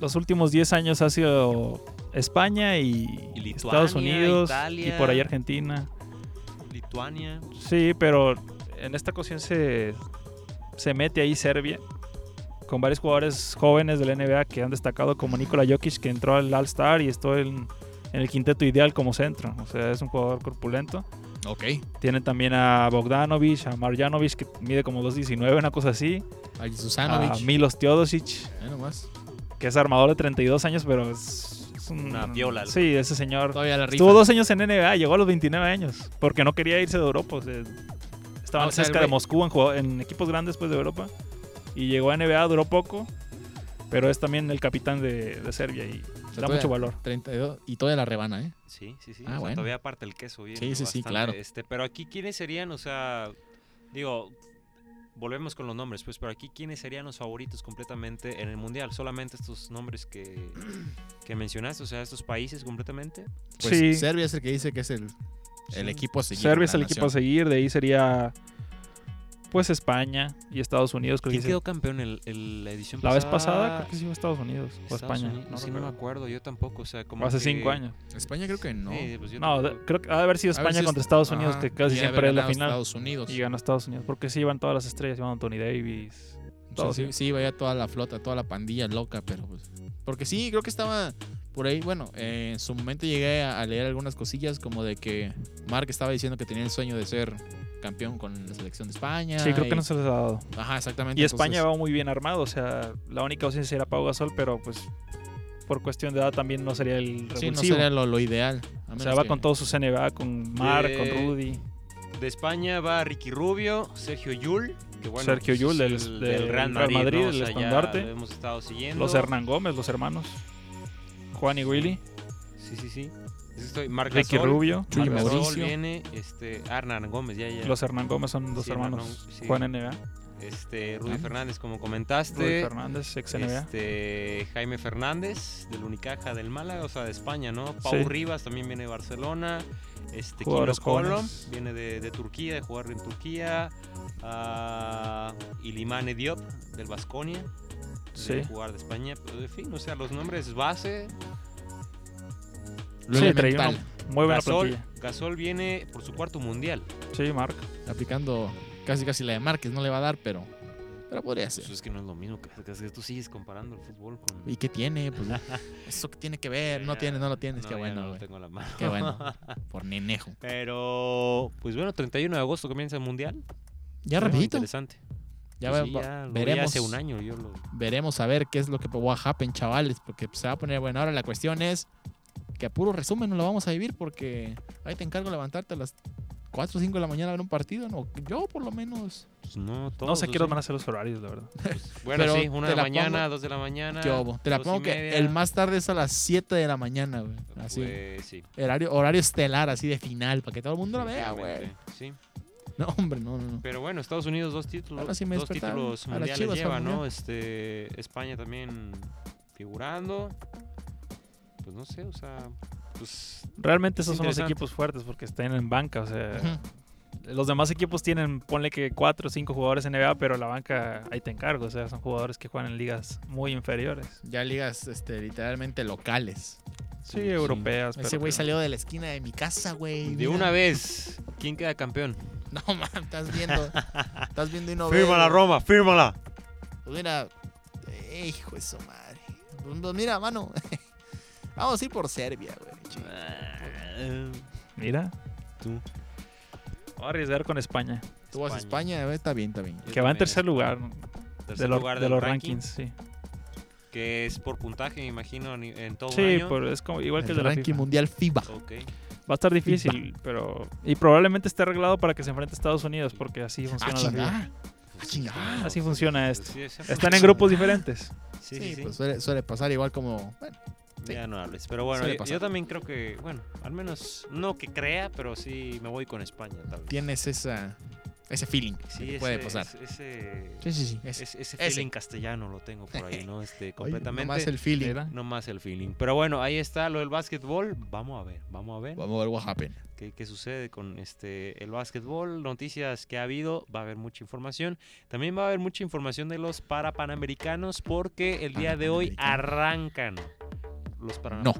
Los últimos 10 años ha sido España y,
Y Lituania,
Estados Unidos
Italia.
y por ahí Argentina.
Lituania.
Sí, pero en esta ocasión se, se mete ahí Serbia con varios jugadores jóvenes de la NBA que han destacado, como Nikola Jokic, que entró al All-Star y estuvo en, en el quinteto ideal como centro. O sea, es un jugador corpulento.
Ok.
Tienen también a Bogdanovic, a Marjanovic, que mide como 2.19, una cosa así.
A
A
Susanovic.
Milos Teodosic,
Ahí nomás.
que es armador de 32 años, pero es, es un-
Una piola.
Sí, ese señor.
Todavía la rifa.
Estuvo dos años en NBA, llegó a los 29 años, porque no quería irse de Europa. o sea, estaban
Ah, o sea, el
cerca de
güey-
Moscú en, jugo- en equipos grandes pues, de Europa. Y llegó a NBA, duró poco, pero es también el capitán de, de Serbia y
Se
da
puede-
mucho valor.
32. Y todavía la rebana, ¿eh?
Sí, sí, sí. o
Ah,
sea,
bueno.
Todavía aparte el queso. Bien,
Sí, sí, sí,
bastante,
claro.
Este, pero aquí, ¿quiénes serían? O sea, digo, volvemos con los nombres, pues, pero aquí, ¿quiénes serían los favoritos completamente en el Mundial? Solamente estos nombres que, que mencionaste, o sea, estos países completamente.
Pues
sí,
Serbia es el que dice que es el, el
Sí.
equipo a seguir.
Serbia
la
es el equipo a
nación.
seguir, de ahí sería pues España y Estados Unidos. creo que
¿Quién
sí.
quedó campeón en el- en la edición
La
pasada?
vez pasada creo que sí fue Estados Unidos o
Estados
España,
Unidos,
no
sí, no me
recuerdo.
acuerdo, yo tampoco, o sea, como
O hace
que-
cinco años.
España creo que no.
Sí, pues yo
No, de-
tampoco-
creo que ha de haber sido
A ver
España
si
contra Estados
Ajá,
Unidos, que
y
casi
de
siempre
haber
es la
ganado
final.
Estados Unidos.
Y ganó Estados Unidos, porque sí iban todas las estrellas, iban Tony Davis.
O sea,
Todos
sí,
iban.
sí, vaya toda la flota, toda la pandilla loca, pero pues. Porque sí, creo que estaba por ahí. Bueno, eh, en su momento llegué a, a leer algunas cosillas, como de que Mark estaba diciendo que tenía el sueño de ser campeón con la selección de España.
Sí, creo
y-
que no se les ha dado.
Ajá, exactamente.
Y España
entonces- pues,
va muy bien armado, o sea, la única ausencia era Pau Gasol, pero pues por cuestión de edad también no sería el
Sí, no
revulsivo.
sería lo, lo ideal. a
o sea,
menos
va
que-
con todos sus NBA, con Mar, con
Eh,
Rudy.
De España va Ricky Rubio, Sergio Yul, que bueno,
Sergio
pues,
Llull
es
del- del Real Madrid,
¿no? O
el
sea, ya
estandarte.
lo hemos estado siguiendo.
Los Hernán Gómez, los hermanos. Juan y Willy,
Sí, sí, sí. Es- Estoy, Marc
Ricky
Gasol,
Rubio.
Chuy
Marc Gasol
Mauricio.
viene, este, ah, Hernán Gómez, ya, ya.
Los Hernán Gómez son dos
Sí,
hermanos.
Hernán, sí.
Juan NBA,
Este, Rudy
Ah.
Fernández, como
Rudy
comentaste.
Fernández, ex NBA.
Este, Jaime Fernández, del Unicaja del Málaga, o sea, de España, ¿no? Pau
Sí.
Rivas también viene de Barcelona. Este, Kino
Jugadores
Colom
jóvenes.
viene de, de Turquía, de jugar en Turquía. Ah, Ilimane Diop, del Vasconia,
Sí.
de jugar de España. Pero, en fin, o sea, los nombres base.
Lo
sí, traía
elemental,
una muy buena
Gasol,
plantilla.
Gasol viene por su cuarto mundial.
Sí, Marc.
aplicando casi casi la de Márquez, no le va a dar, pero, pero podría
Pues
ser.
es que no es lo mismo. que- que tú sigues comparando el fútbol con.
¿Y qué tiene? Pues, eso que tiene que ver, no
Ya,
tiene, no lo tienes,
No,
qué
ya no
bueno,
lo
güey.
tengo a la mano.
Qué bueno. Por nenejo.
Pero, pues bueno, 31 de agosto comienza el mundial.
Ya
Muy
rapidito,
Interesante.
ya,
Pues
va-
sí,
va-
ya lo vi
veremos,
Hace un año yo lo.
veremos a ver qué es lo que va a happen, chavales, porque se va a poner bueno. Ahora la cuestión es que a puro resumen no lo vamos a vivir porque ahí te encargo de levantarte a las 4 o 5 de la mañana a ver un partido, no, yo por lo menos.
pues, no, todos,
No sé
o
qué nos
sea,
van a hacer los horarios, la verdad.
Bueno,
Pero
sí, una
te
de la
la
mañana,
pongo-
dos de la mañana.
¿Qué hubo? Te la
dos y
pongo que
media.
el más tarde es a las 7 de la mañana, güey. Así.
Pues, sí.
Horario, horario estelar, así de final, para que todo el mundo lo vea, güey.
definitivamente, Sí.
No, hombre, no, no, no.
Pero bueno, Estados Unidos dos títulos,
Ahora sí me
dos
despertaron.
títulos
A las
mundiales
Chivas
lleva,
al
¿no?
Mundial.
Este, España también figurando. Pues no sé, o sea, pues
Realmente
Es
esos son los
interesante.
equipos fuertes porque están en banca. O sea,
Ujú.
los demás equipos tienen, ponle que 4 o 5 jugadores en NBA, pero la banca ahí te encargo. O sea, son jugadores que juegan en ligas muy inferiores.
Ya ligas este, literalmente locales.
Sí, europeas.
Ese güey salió de la esquina de mi casa, güey.
de
mira.
una vez ¿quién queda campeón?
No, man, estás viendo. estás viendo y no ves,
Fírmala
güey.
Roma, fírmala.
Pues mira. eh, hijo de su madre. Pues pues mira, mano. Vamos a ir por Serbia, güey. chinga.
Ah,
Mira,
Tú.
voy a arriesgar con España,
Tú vas a España, a ver, está bien, está bien.
Yo
que va en
también,
tercer lugar,
tercer
de, los-
lugar
de
del
los
ranking,
rankings. Sí,
que es por puntaje, me imagino, en, en todo un
sí
año.
pero es como, igual que el
El
de la
ranking
FIFA.
mundial FIBA.
Ok.
Va a estar difícil, pero. Y probablemente esté arreglado para que se enfrente a Estados Unidos, porque así
Ah,
funciona la
chingada.
liga.
Ah, chingada.
Así funciona esto.
Pues, Sí, esa-
Están en grupos diferentes.
Sí,
Sí,
sí, sí.
pues suele, suele pasar igual como. Bueno, sí.
Ya no hables. Pero bueno,
Suele
yo,
pasar.
yo también creo que, bueno, al menos no que crea, pero sí me voy con España. Tal vez.
tienes esa, ese feeling que
Sí,
te puede
ese-
pasar.
Ese,
Sí, sí, sí. ese.
ese, ese
ese.
feeling castellano lo tengo por ahí, ¿no? Este,
Oye,
completamente.
Nomás el feeling.
¿Verdad?
feeling. Pero bueno, ahí está lo del básquetbol. Vamos a ver, vamos a ver
Vamos a ver what happened.
qué, qué sucede con este el básquetbol. Noticias que ha habido, va a haber mucha información. También va a haber mucha información de los para panamericanos porque el día de hoy arrancan los para
No,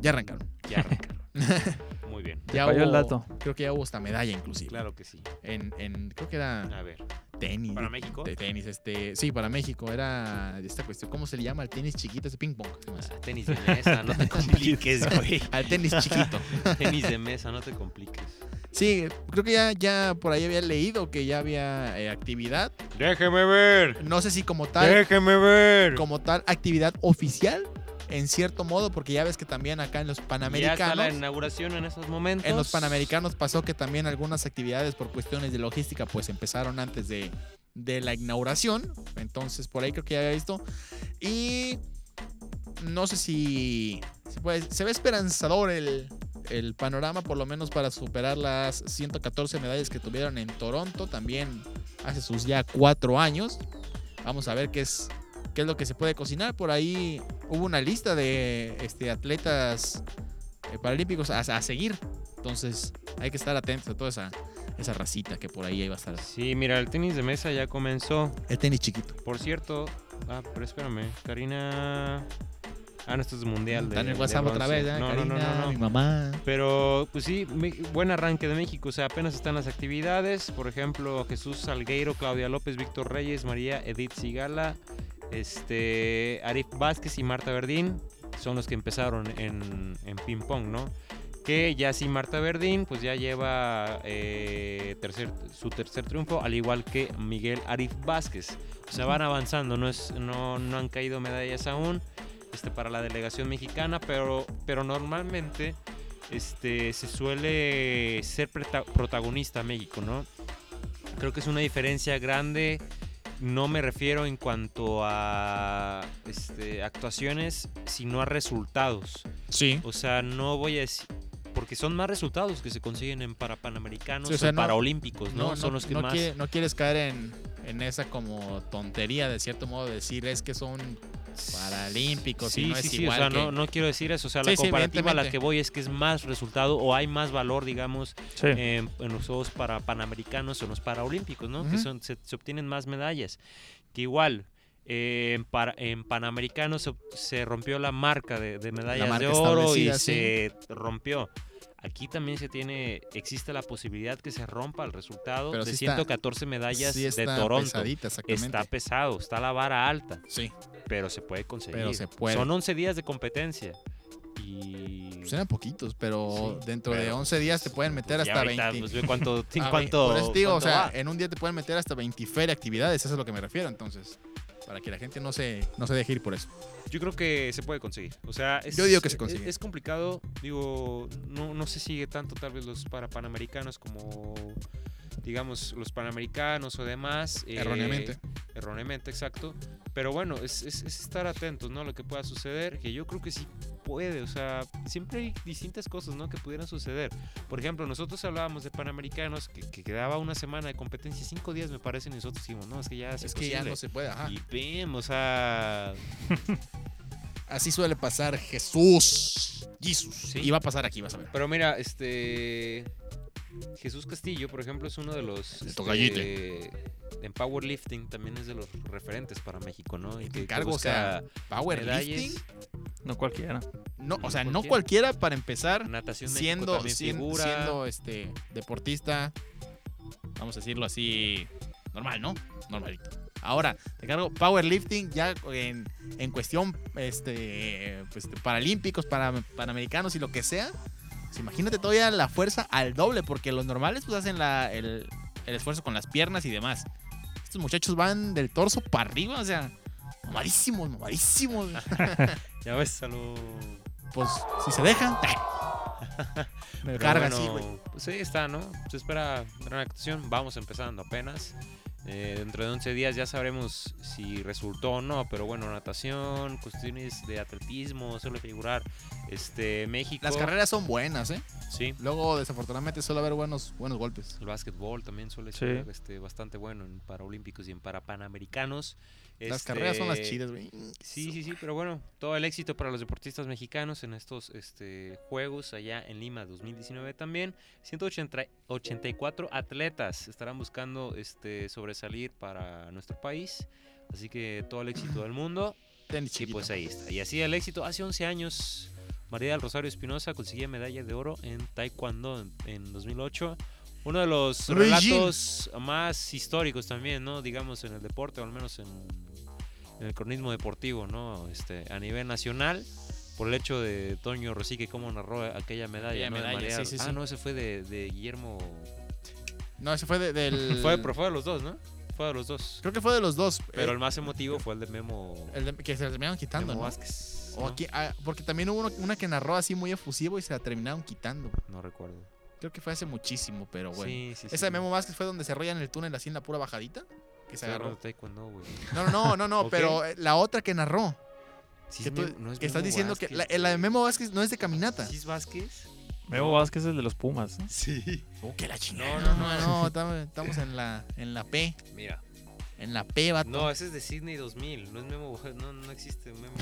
ya arrancaron.
Ya arrancaron. Muy bien.
Ya
falló el dato.
Creo que ya hubo hasta medalla inclusive.
Claro que sí.
En, en, creo que
Ah,
era
A ver.
tenis.
¿Para México?
de tenis, este. Sí, para México. Era esta cuestión. ¿Cómo se le llama al tenis chiquito? Ese ping pong. se me hace.
ah, Tenis de mesa, no te compliques, güey.
Al tenis chiquito.
Tenis de mesa, no te compliques.
Sí, creo que ya, ya por ahí había leído que ya había eh, actividad.
Déjeme ver.
No sé si como tal,
Déjeme ver.
como tal, actividad oficial, en cierto modo, porque ya ves que también acá en los
Ya está la
Panamericanos.
inauguración en esos momentos.
En los Panamericanos pasó que también algunas actividades por cuestiones de logística pues empezaron antes de, de la inauguración. Entonces por ahí creo que ya había visto. Y no sé si si puede- se ve esperanzador el, el panorama por lo menos para superar las 114 medallas que tuvieron en Toronto también hace sus ya cuatro años. Vamos a ver qué es, qué es lo que se puede cocinar. Por ahí hubo una lista de este, atletas eh, paralímpicos a, a seguir. Entonces hay que estar atentos a toda esa, esa racita que por ahí va a estar.
Sí, mira, el tenis de mesa ya comenzó.
El tenis chiquito.
Por cierto, ah, pero espérame, Karina. Ah, no, esto es mundial. De,
Está en el
de
WhatsApp Mm, otra
bronce.
vez, ¿eh?
No, no,
Karina,
no, no, no.
mi mamá.
Pero, pues sí, me- buen arranque de México. O sea, apenas están las actividades. Por ejemplo, Jesús Salgueiro, Claudia López, Víctor Reyes, María Edith Sigala, este, Arif Vázquez y Marta Verdín son los que empezaron en, en ping-pong, ¿no? Que ya sí, Marta Verdín, pues ya lleva eh, tercer, su tercer triunfo, al igual que Miguel Arif Vázquez. O sea, van avanzando, no, es, no, no han caído medallas aún este, para la delegación mexicana, pero, pero normalmente este, se suele ser prota- protagonista México, ¿no? Creo que es una diferencia grande. No me refiero en cuanto a este, actuaciones, sino a resultados.
Sí.
O sea, no voy a decir. Porque son más resultados que se consiguen en para panamericanos
Sí, o sea,
o
no-
paraolímpicos, ¿no? son los que
Pues no
más.
quiere- no quieres caer en, en esa como tontería de cierto modo de decir es que son paralímpicos y
Sí,
no
sí,
es
sí,
igual
o sea,
que-
no, no quiero decir eso. O sea,
Sí,
la
sí,
comparativa a la
evidentemente.
que voy es que es más resultado o hay más valor, digamos,
Sí.
en, eh, en los Juegos para Panamericanos o en los Paraolímpicos, ¿no? Que
Ujú.
son, se, se obtienen más medallas. Que igual, eh, en, para- en Panamericanos se, ob- se rompió la marca de, de medallas
marca
de oro y
establecida, sí.
se rompió. Aquí también se tiene, existe la posibilidad que se rompa el resultado
Pero
de
sí está-
114 medallas
Sí
de
está
Toronto.
pesadita, exactamente.
Está pesado, está la vara alta,
Sí.
pero se puede conseguir.
se puede.
Son 11 días de competencia. Y
Pues eran poquitos, pero
Sí,
dentro de
pero,
11 días te pueden meter
ya
hasta
ahorita,
20.
pues, ve cuánto, en
a ve-
cuánto-
Ah, por eso te digo,
cuánto
o sea,
va.
en un día te pueden meter hasta 20 feria actividades, eso es a lo que me refiero, entonces, para que la gente no se, no se deje ir por eso.
Yo creo que se puede conseguir. O sea, es,
Yo digo que se
es-
consigue.
Es, complicado. Digo, no, no se sigue tanto tal vez los para panamericanos como, digamos, los panamericanos o demás. eh,
Erróneamente.
Erróneamente, exacto. Pero bueno, es, es- es estar atentos, ¿no? A lo que pueda suceder, que yo creo que sí puede. O sea, siempre hay distintas cosas, ¿no? Que pudieran suceder. Por ejemplo, nosotros hablábamos de panamericanos que, que quedaba una semana de competencia, cinco días me parece, y nosotros dijimos, no, es que ya es,
Es que ya
imposible".
no se puede, ajá.
Y pim, o sea,
Así suele pasar Jesús. Jesús.
Sí.
Y va a pasar aquí, vas a ver.
Pero mira, este. Jesús Castillo, por ejemplo, es uno de los.
El
este,
tocallite.
en powerlifting también es de los referentes para México, ¿no? Y
Te encargo, o sea, powerlifting.
medallas,
No cualquiera.
No, o sea,
¿Por
no
qué?
cualquiera para empezar,
natación de
siendo,
también
sien-
figura.
siendo este deportista, vamos a decirlo así, normal, ¿no? Normalito. Ahora, te cargo powerlifting ya en, en cuestión este, pues, de paralímpicos, para, panamericanos y lo que sea. Pues, imagínate todavía la fuerza al doble, porque los normales pues hacen la- el, el esfuerzo con las piernas y demás. Estos muchachos van del torso para arriba, o sea, mamadísimos, mamadísimos.
Ya ves, a lo.
Pues si se dejan,
Pero
carga,
bueno,
sí, güey.
Pues ahí está, ¿no? Se espera gran actuación. Vamos empezando apenas. Eh, dentro de 11 días ya sabremos si resultó o no, pero bueno, natación, cuestiones de atletismo, suele figurar este, México.
Las carreras son buenas, ¿eh?
Sí,
Luego, desafortunadamente, suele haber buenos, buenos golpes.
el básquetbol también suele
Sí.
ser este, bastante bueno en Paralímpicos y en para Panamericanos.
Las
Este,
carreras son las chidas, güey. Mm,
Sí, sí, sí, pero bueno, todo el éxito para los deportistas mexicanos en estos este, Juegos allá en Lima 2019 también. 184 atletas estarán buscando este, sobresalir para nuestro país. Así que todo el éxito del mundo.
Tenis
Sí,
chiquito.
pues ahí está. Y así el éxito. Hace 11 años, María del Rosario Espinosa conseguía medalla de oro en Taekwondo en, en 2008. Uno de los
Regine.
relatos más históricos también, ¿no? Digamos, en el deporte, o al menos en, en el cronismo deportivo, ¿no? Este, a nivel nacional, por el hecho de Toño Rosique, cómo narró aquella medalla,
Aquella
¿no? De
medalla,
María-
sí, sí,
ah,
sí.
no, ese fue de, de Guillermo...
No, ese fue de- del.
Fue, pero fue de los dos, ¿no? Fue de los dos.
Creo que fue de los dos.
Pero
eh,
el más emotivo fue el de Memo,
el de- que se la terminaron quitando,
Memo
¿no?
Vázquez.
O
¿no?
aquí- ah, porque también hubo uno- una que narró así muy efusivo y se la terminaron quitando.
No recuerdo.
Creo que fue hace muchísimo, pero Ah, bueno.
Sí, sí,
Esa de
sí.
Memo Vázquez fue donde se arrolla en el túnel así en la pura bajadita. Que
Estoy
se
hablando
agarró.
de taekwondo, güey.
No, no, no, no, no,
Ok.
pero eh, la otra que narró.
Sí,
que
es
tú-
Memo- no es
que estás
Memo
diciendo que la,
Vázquez,
la de
güey.
Memo Vázquez no es de caminata.
¿Sí es Vázquez?
Memo Vázquez es el de los Pumas. ¿no?
Oh, que la
Uh, chingada.
No, no, no, no, estamos, estamos en la en la P.
Mira.
En la P, vato.
No, ese es de Sydney 2000. No es Memo Vázquez. No, no existe Memo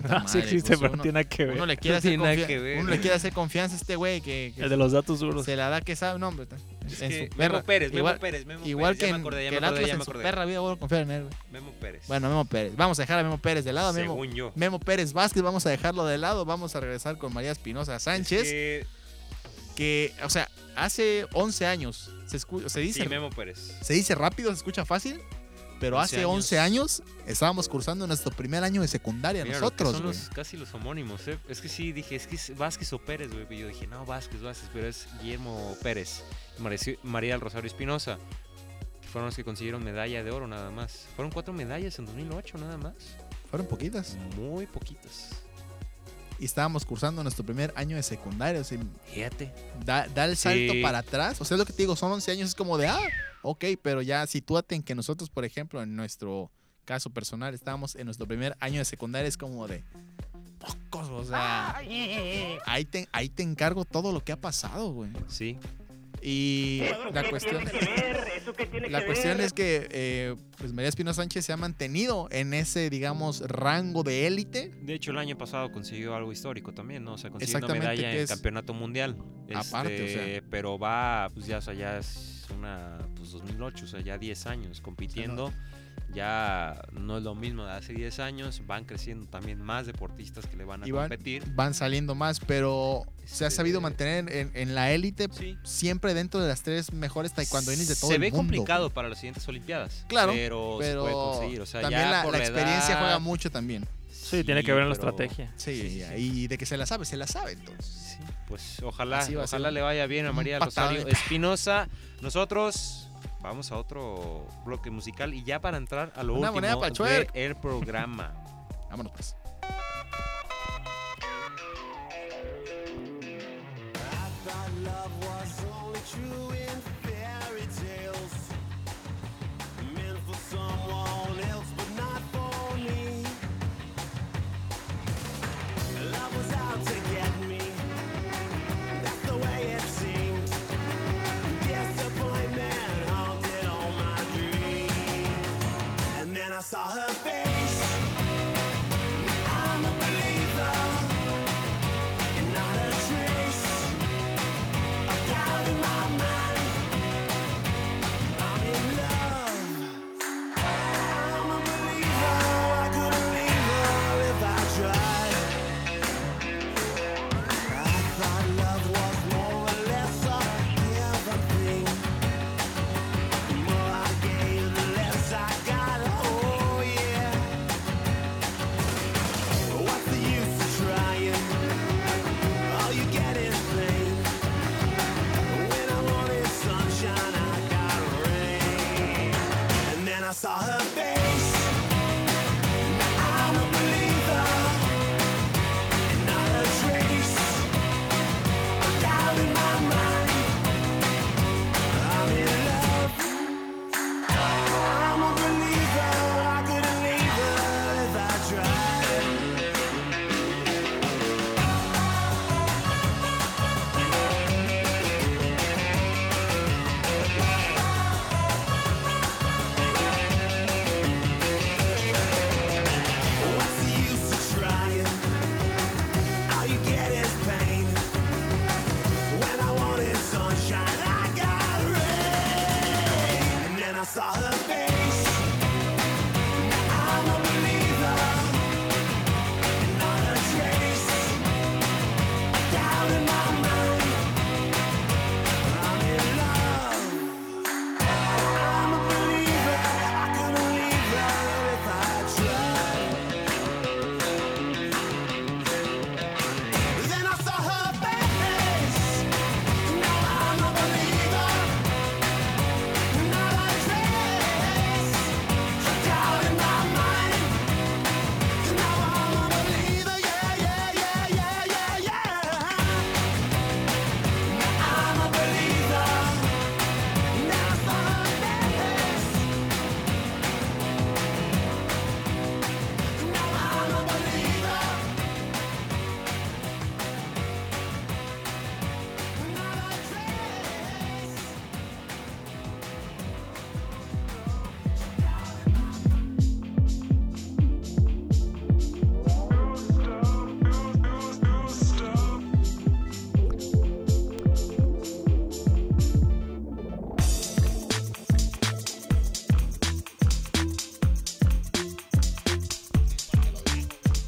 Vázquez.
No, sí
madre,
existe,
pues,
pero
uno-
no tiene nada que ver.
Uno le quiere
No
hacer
tiene nada
confia-
que ver,
uno le
güey.
quiere hacer confianza a este güey que, que
El de los datos duros.
se la da que sabe. No, hombre, está-
Es
en
que
su perra.
Memo Pérez, Memo
igual
Pérez, Memo
igual
Pérez.
que,
ya
en,
me acordé, ya
que
me
el
acordé, ya
Atlas
me
en su
acordé.
perra vida vuelvo a confiar en él, güey.
Memo Pérez.
Bueno, Memo Pérez. Vamos a dejar a Memo Pérez de lado, Memo.
según yo.
Memo Pérez Vázquez, vamos a dejarlo de lado. Vamos a regresar con María Espinosa Sánchez.
Es que-
que, o sea, hace 11 años se, escu- se dice
Sí, Memo Pérez.
se dice rápido, se escucha fácil, pero
11
hace 11 años estábamos cursando nuestro primer año de secundaria
Mira, lo que
nosotros,
son
güey.
los- casi los homónimos, ¿eh? Es que sí, dije, es que es Vázquez o Pérez, güey. Y yo dije, no, Vázquez, Vázquez, pero es Guillermo Pérez. y Mareci- María del Rosario Espinosa. Que fueron los que consiguieron medalla de oro nada más. Fueron cuatro medallas en 2008 nada más.
Fueron poquitas.
Muy poquitas.
Y estábamos cursando nuestro primer año de secundaria, o sea,
Fíjate.
da, da el salto
Sí.
para atrás. O sea, es lo que te digo, son 11 años, es como de, ah, ok, pero ya sitúate en que nosotros, por ejemplo, en nuestro caso personal, estábamos en nuestro primer año de secundaria, es como de, pocos, o sea, ahí te, ahí te encargo todo lo que ha pasado, güey.
Sí.
Y
¿Eso
la
qué
cuestión,
tiene que ver? ¿Eso qué tiene
la
que
cuestión
ver?
es que eh, pues María Espinosa Sánchez se ha mantenido en ese, digamos, rango de élite.
De hecho, el año pasado consiguió algo histórico también, ¿no? O sea, consiguió una
Exactamente,
medalla
que
en
es-
campeonato mundial. Este,
Aparte, o sea.
Pero va, pues ya, o sea, ya es una, pues 2008, o sea, ya 10 años compitiendo. Ya no es lo mismo de hace 10 años, van creciendo también más deportistas que le van a
Y van-
competir.
Van saliendo más, pero se ha
Este-
sabido mantener en, en la élite
Sí.
siempre dentro de las tres mejores taekwondoines de todo
se
el
ve
mundo.
complicado para las siguientes Olimpiadas.
Claro,
Pero, se
Pero
puede conseguir. O sea,
también
ya
la,
por
la experiencia
edad,
juega mucho también.
Sí, tiene que ver en la
pero-
estrategia.
Sí,
sí, sí.
y de que se la sabe, se la sabe entonces.
Sí, pues ojalá,
Así va a ser.
ojalá le vaya bien a
Un
María del
patadón.
Rosario Espinosa. Nosotros vamos a otro bloque musical y ya para entrar a lo
Una moneda
último
pa'l twerk.
del programa.
Vámonos pues.
I thought love was only true in fairy tales. Meant for someone else, but not for me. Love was out to get me. That's the way it seemed. Disappointment haunted all my dreams. And then I saw her face. I'm a believer. and Not a trace. Out in my mind, I'm in love. I'm a believer. I couldn't leave her if I tried. I thought love was more or less a given thing. The more I gave, the less I got. Oh yeah.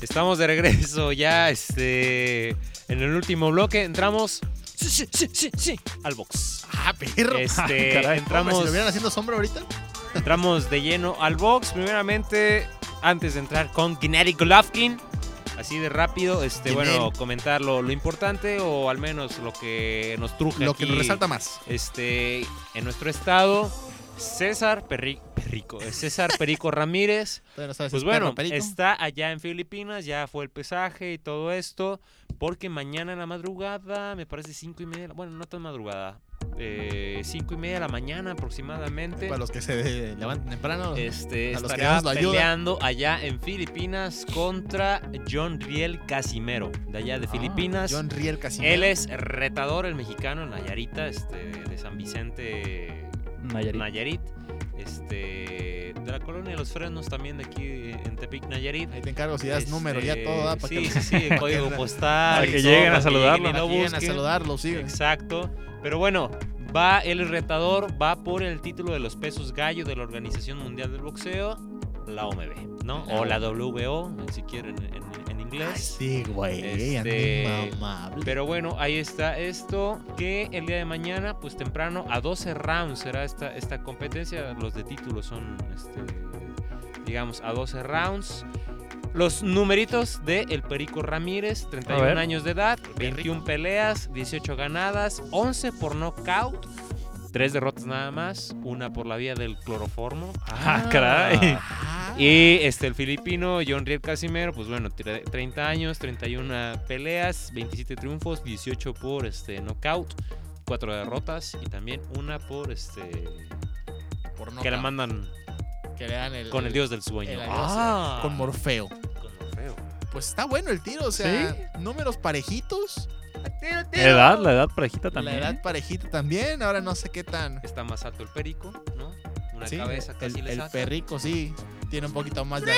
Estamos de regreso ya este, en el último bloque. Entramos sí, sí, sí, sí, sí, al box.
Ah, perro.
Este,
caray.
Hombre, si
entramos,
lo vieran haciendo sombra ahorita.
entramos de lleno al box. Primeramente, antes de entrar con Gennady Golovkin. Así de rápido, este,
Gennady.
bueno, comentar lo, lo importante o al menos lo que nos truje
Lo que
aquí
nos resalta más.
este, en nuestro estado, César Perri- Perrico, eh, César Perico Ramírez,
Todavía no sabes
pues
si es perro
bueno,
o perico.
está allá en Filipinas, ya fue el pesaje y todo esto, porque mañana en la madrugada, me parece cinco y media, bueno, no tan madrugada, eh, cinco y media de la mañana aproximadamente,
Para los que se eh, levantan temprano.
este,
a los que
estará
Dios lo ayuda.
peleando allá en Filipinas contra John Riel Casimero, de allá de Filipinas.
Ah, John Riel Casimiro.
Él es retador, el mexicano, Nayarita, este, de- de San Vicente
Nayarit.
Nayarit. Este, de la colonia de los frenos también de aquí en Tepic, Nayarit.
Ahí te encargo si das
Este,
número, ya todo da para
sí,
que
sí, sí, el código postal.
para
y
que
todo,
lleguen a
para que
saludarlo.
lleguen y lo
Vayan a
busquen.
saludarlo, sí.
Exacto. Pero bueno, va el retador, va por el título de los pesos gallo de la Organización Mundial del Boxeo, la OMB, ¿no? O la WBO, si quieren en, en- en inglés.
Ah, Sí, güey.
Este,
animamable.
Pero bueno, ahí está esto, que el día de mañana, pues temprano, a 12 rounds será esta, esta competencia. Los de título son, este, digamos, a 12 rounds. Los numeritos de El Perico Ramírez,
A
31
ver.
años de edad, 21 peleas, 18 ganadas, 11 por knockout, 3 derrotas nada más, una por la vía del cloroformo.
Ah, caray.
Ah,
Y este, el filipino John Riel Casimero, pues bueno, tre- 30 años, 31 peleas, 27 triunfos, 18 por este knockout, 4 derrotas y también una por este
por no
que la
cap-
mandan
que le dan el,
con el dios del
el
sueño.
adiós,
Ah,
eh, con Morfeo.
con Morfeo.
Pues está bueno el tiro, o sea, números parejitos.
Edad, la edad parejita también.
La edad parejita también. Ahora no sé qué tan.
Está más alto el perico, ¿no? Una
Sí,
cabeza casi
el,
le
el
saca.
perrico, sí. Tiene un poquito más de.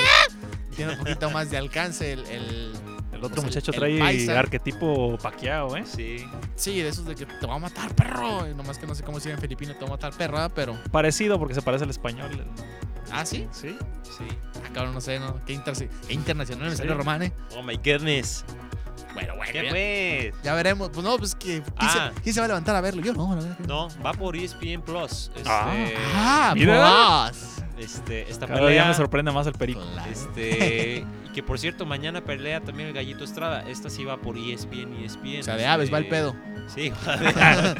tiene un poquito más de alcance. El, el,
El otro muchacho
el
trae
paisa.
arquetipo paqueado, ¿eh?
Sí.
Sí, de esos de que te va a matar, perro. Y nomás que no sé cómo se llama en Filipino, te va a matar, perro, ¿verdad? pero.
Parecido porque se parece al español.
Ah, sí.
Sí.
Sí.
Ah, cabrón, no sé, ¿no? Qué, interse- qué internacional me
Sí.
salió Román, eh.
Oh my goodness.
Bueno, bueno.
¿Qué
ya-
pues?
Ya veremos. Pues no, pues que. ¿quién,
Ah.
se, quién se va a levantar a verlo? Yo no, la verdad.
No, va por E ESPN Plus. Este,
Ah,
mira.
pues.
este esta
Cada día
pelea
me sorprende más el perico.
Claro.
Este, y que por cierto, mañana pelea también el Gallito Estrada. Esta sí va por E ESPN, ESPN.
O sea, de
este,
aves va el pedo.
Sí, va de aves.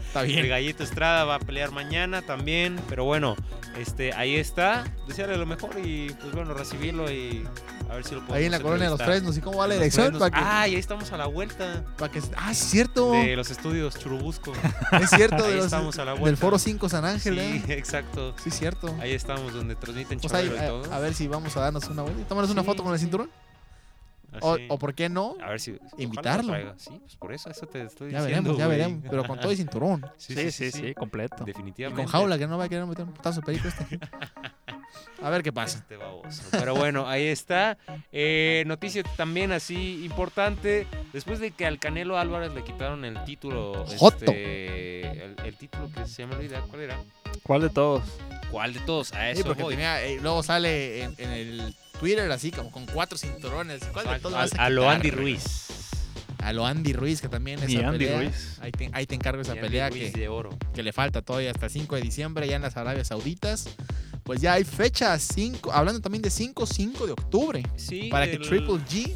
Está
El
bien.
Gallito Estrada va a pelear mañana también. Pero bueno, este, ahí está. Desearle lo mejor y pues bueno, recibirlo y a ver si lo podemos
Ahí en la colonia de los
entrevistar.
fresnos. ¿Y cómo va la
En los
dirección?
Fresnos.
Para que,
Ah, y ahí estamos a la vuelta
pa' que- ah, es cierto.
de los estudios Churubusco.
Es cierto.
Ahí
de los-
estamos a la
Del
vuelta.
Foro 5 San Ángel,
sí,
¿eh?
exacto.
Sí, es cierto.
Ahí estamos donde transmiten
Pues ahí,
Chabelo y todo.
a, a ver si vamos a darnos una vuelta. Tomarnos una
Sí. Ah,
foto con el cinturón. O,
Así.
o por qué no.
A ver si ojalá lo
invitarlo.
traiga. Sí, pues por eso, eso te estoy
Ya
diciendo.
veremos, ya
güey.
veremos. Pero con todo y cinturón.
Sí, sí, sí, sí.
completo.
Y
Definitivamente. Este
con jaula, que no va a querer meter un putazo perico este. A ver qué pasa.
Este baboso. Pero bueno, ahí está. Eh, noticia también así importante. Después de que al Canelo Álvarez le quitaron el título.
Joto.
este, el, el título que se me olvida cuál era.
¿Cuál de todos?
¿Cuál de todos? A
Sí,
eso
porque
voy.
tenía, eh, luego sale en, en el Twitter así como con cuatro cinturones. ¿Cuál de todos
a,
vas a
a lo
quitar?
Andy Ruiz.
A lo Andy Ruiz, que también
Ni
esa
Andy
pelea,
Ruiz.
Ahí te, ahí te encargo esa
Y Andy
pelea
Ruiz
que,
de oro.
que le falta todavía hasta el 5 de diciembre, ya en las Arabias Sauditas. Pues ya hay fecha, 5, hablando también de 5, 5 de octubre,
Sí.
para que
el-
Triple G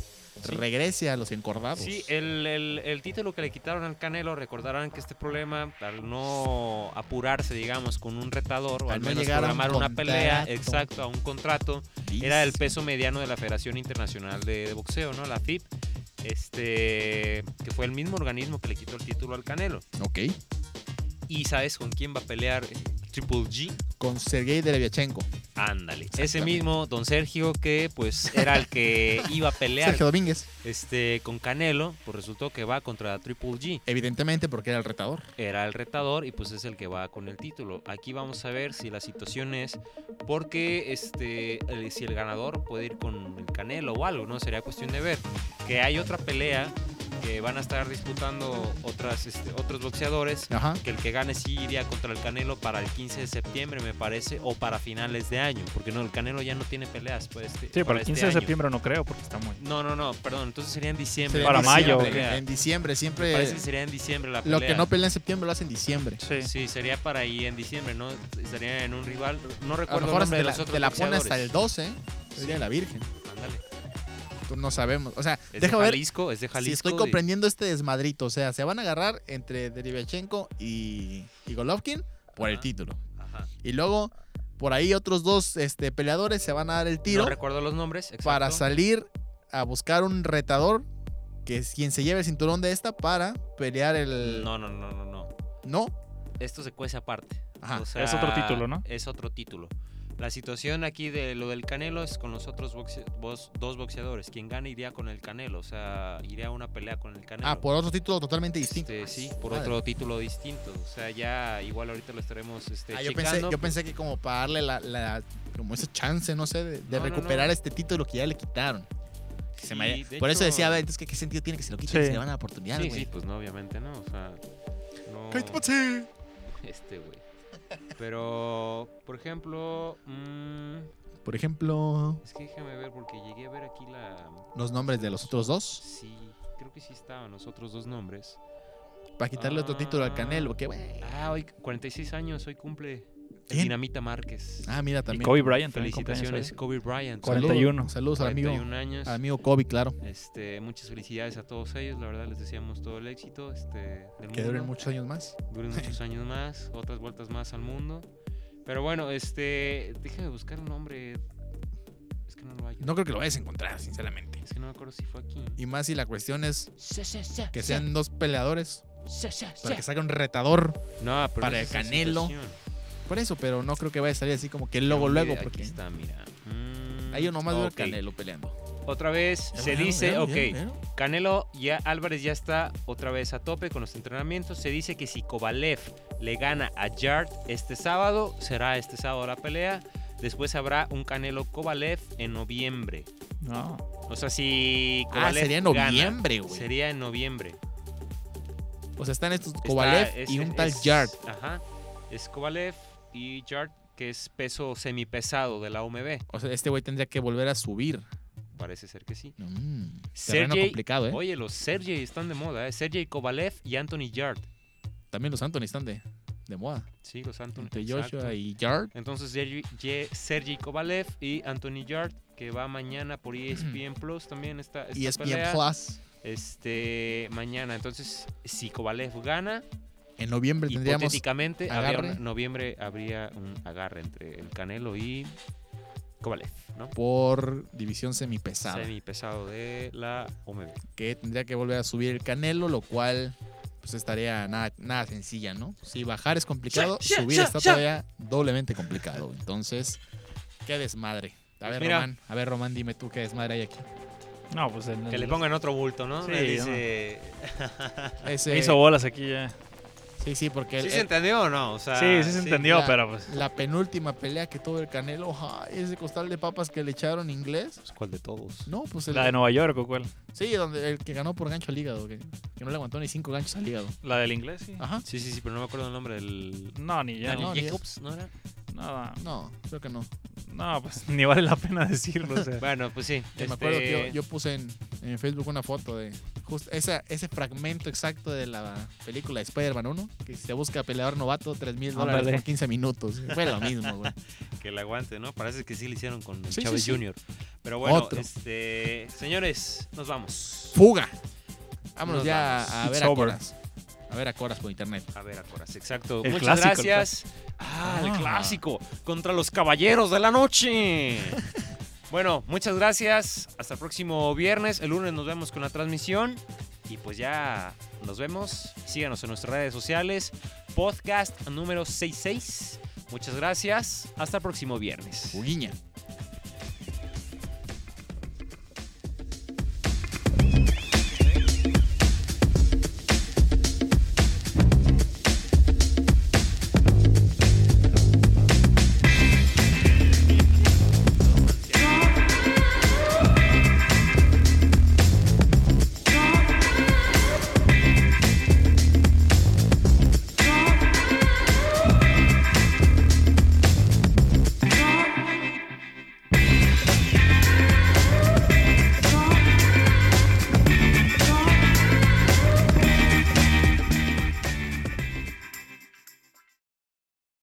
Sí.
regrese a los encordados.
Sí, el, el- el título que le quitaron al Canelo, recordarán que este problema, al no apurarse, digamos, con un retador, o
Al
al
no
menos
llegar a un
programar una pelea,
contrato.
exacto, a un contrato, era el peso mediano de la Federación Internacional de, de Boxeo, ¿no? La FIB, este, que fue el mismo organismo que le quitó el título al Canelo.
Ok.
¿Y sabes con quién va a pelear eh, Triple G?
Con Sergei Derevyachenko.
Ándale. Ese
Exactamente.
mismo don Sergio que pues era el que iba a pelear
Sergio Domínguez,
este, con Canelo, pues resultó que va contra Triple G.
evidentemente, porque era el retador.
era el retador y pues es el que va con el título. Aquí vamos a ver si la situación es porque este el- si el ganador puede ir con el Canelo o algo, no sería cuestión de ver que hay otra pelea que van a estar disputando otras, este, otros boxeadores.
Ajá.
Que el que gane sí iría contra el Canelo para el 15 de septiembre, me parece, o para finales de año, porque no, el Canelo ya no tiene peleas. Pues, este-
Sí, para el
este
15 de
año.
septiembre no creo, porque está muy.
No, no, no, perdón, entonces sería en diciembre.
Sería
Para
en
mayo.
diciembre,
Pelea.
En diciembre,
Me parece
siempre.
que sería en diciembre la pelea.
Lo que no pelea en septiembre lo hace en diciembre.
Sí.
Sí, sería para ahí en diciembre, ¿no? Estaría en un rival. No
A lo
recuerdo el
mejor
nombre
te
de
la,
los otros
te la pone hasta el
boxeadores.
12, ¿eh? El Día de la Virgen.
Ándale.
Tú No sabemos. O sea,
Es
déjame
de
ver
Jalisco, es de Jalisco.
si estoy
y-
comprendiendo este desmadrito. O sea, se van a agarrar entre Derivachenko y, y Golovkin por el
Ajá.
título.
Ajá.
Y luego, por ahí otros dos este, peleadores se van a dar el tiro
No recuerdo los nombres. Exacto.
para salir a buscar un retador que es quien se lleve el cinturón de esta para pelear el...
No, no, no, no, no.
¿No?
Esto se cuece aparte.
Ajá.
O sea,
Es otro título, ¿no?
Es otro título. La situación aquí de lo del Canelo es con los otros boxe- vos- dos boxeadores. Quien gane iría con el Canelo, o sea, iría a una pelea con el Canelo.
Ah, por otro título totalmente distinto.
Este, sí, por
Madre.
otro título distinto. O sea, ya igual ahorita lo estaremos este,
Ah, yo, pensé,
checando.
yo pensé que como para darle la, la- como esa chance, no sé, de, de
No, no,
recuperar
no.
este título que ya le quitaron. Que se me
Sí,
haya-
de
por eso
hecho-
decía, a ver, entonces, ¿qué, qué sentido tiene que se lo quiten?
Sí.
Se le van a dar oportunidad,
Sí,
güey.
sí, pues no, obviamente no. O sea, no.
Kate Patsy.
Este, güey. Pero, por ejemplo, mm,
Por ejemplo,
es que déjame ver porque llegué a ver aquí la.
los nombres de los otros dos.
Sí, creo que sí estaban los otros dos nombres.
Para quitarle otro título al Canelo, que güey.
Ah, hoy 46 años, hoy cumple
¿Quién?
Dinamita Márquez.
Ah, mira
Y
también.
Kobe Bryant también.
Felicitaciones,
cumpleaños hoy.
Kobe Bryant.
Saludos-
41.
Saludos, al amigo,
41 años.
al amigo Kobe, claro.
Este, muchas felicidades a todos ellos, la verdad les deseamos todo el éxito este, del
Que duren
mundo.
muchos años más.
duren muchos años más, otras vueltas más al mundo. Pero bueno, este, déjame buscar un nombre. Es que no lo hay.
No creo que lo vayas a encontrar, sinceramente.
Es que no me acuerdo si fue aquí.
Y más si la cuestión es que sean dos peleadores. Para que salga un retador.
No, pero
Para
esa es la
el Canelo.
situación.
Por eso, pero no creo que vaya a salir así como que luego, luego.
Aquí
Porque
está, mira. Mm,
ahí yo nomás veo al
ok.
Canelo peleando.
Otra vez se
¿Vieron,
dice,
vieron,
ok,
vieron, vieron?
Canelo ya Álvarez ya está otra vez a tope con los entrenamientos. Se dice que si Kovalev le gana a Yard este sábado, será este sábado la pelea. Después habrá un Canelo Kovalev en noviembre.
No.
O sea, si
Ah,
Kovalev
sería en
gana,
noviembre, güey.
sería en noviembre.
O sea, están estos
Está-
Kovalev
es-
y un
es-
tal
es-
Yard.
Ajá. Es Kovalev y Yard, que es peso semipesado de la OMB.
O sea, este güey tendría que volver a subir.
Parece ser que sí.
Mm, terreno
Sergey-
complicado, ¿eh?
Oye, los Sergey están de moda, ¿eh? Sergey Kovalev y Anthony Yard.
También los Anthony están de, de moda.
Sí, los Anthony.
Entre
exacto.
Joshua y Yard.
Entonces, Sergi- Ye- Sergey Kovalev y Anthony Yard, que va mañana por E ESPN Plus también esta, esta
Y E ESPN
pelea.
Plus.
Este, mañana. Entonces, si Kovalev gana,
En noviembre tendríamos.
hipotéticamente, habría
agarre.
un- en noviembre habría un agarre entre el Canelo y Kovalev, ¿no?
Por división semipesada.
Semi pesado de la OMB.
Que tendría que volver a subir el canelo, lo cual pues estaría nada, nada sencilla, ¿no? Si bajar es complicado, subir está todavía doblemente complicado. Entonces, qué desmadre. A
Pues
ver,
mira.
Román, a ver, Román, dime tú qué desmadre hay aquí.
No, pues en
Que le
el-
pongan otro bulto, ¿no?
Sí,
Me dice-
Ese-
Me hizo bolas aquí ya.
sí, sí, porque el-
¿Sí se entendió o no? O sea,
sí, sí se entendió,
la-
pero pues.
la penúltima pelea que tuvo el canelo, ay, ese costal de papas que le echaron inglés.
Pues, ¿Cuál de todos?
No, pues el,
La de Nueva York o cuál?
Sí, donde el que ganó por gancho al hígado, que, que no le aguantó ni cinco ganchos al hígado.
La del inglés, sí.
Ajá.
Sí, sí, sí, pero no me acuerdo el nombre del.
No, ni ya.
Daniel
no,
No,
ni es.
Jacobs, ¿no era?
no,
No, creo que no.
no, pues ni vale la pena decirlo. O sea.
Bueno, pues sí.
Que Me acuerdo que
Este,
yo, yo puse en, en Facebook una foto de justo esa, ese fragmento exacto de la película de Spider-Man 1, que se busca peleador novato, 3 mil dólares
Ándale.
por 15 minutos. Fue lo mismo, güey.
Que la aguante, ¿no? Parece que sí le hicieron con
Sí, sí,
Chávez
sí.
Jr. Pero bueno,
Otro.
este. Señores, nos vamos.
¡Fuga! Vámonos
Nos
ya
vamos.
a
It's
ver a
over.
Coras. A ver a Coras por internet.
A ver, a Coraz, exacto.
El
Muchas
clásico, el
gracias. ah, el
Ah.
clásico. Contra los caballeros de la noche. bueno, muchas gracias. Hasta el próximo viernes. El lunes nos vemos con la transmisión. Y pues ya nos vemos. Síganos en nuestras redes sociales. Podcast número 66. Muchas gracias. Hasta el próximo viernes.
Fuguiña.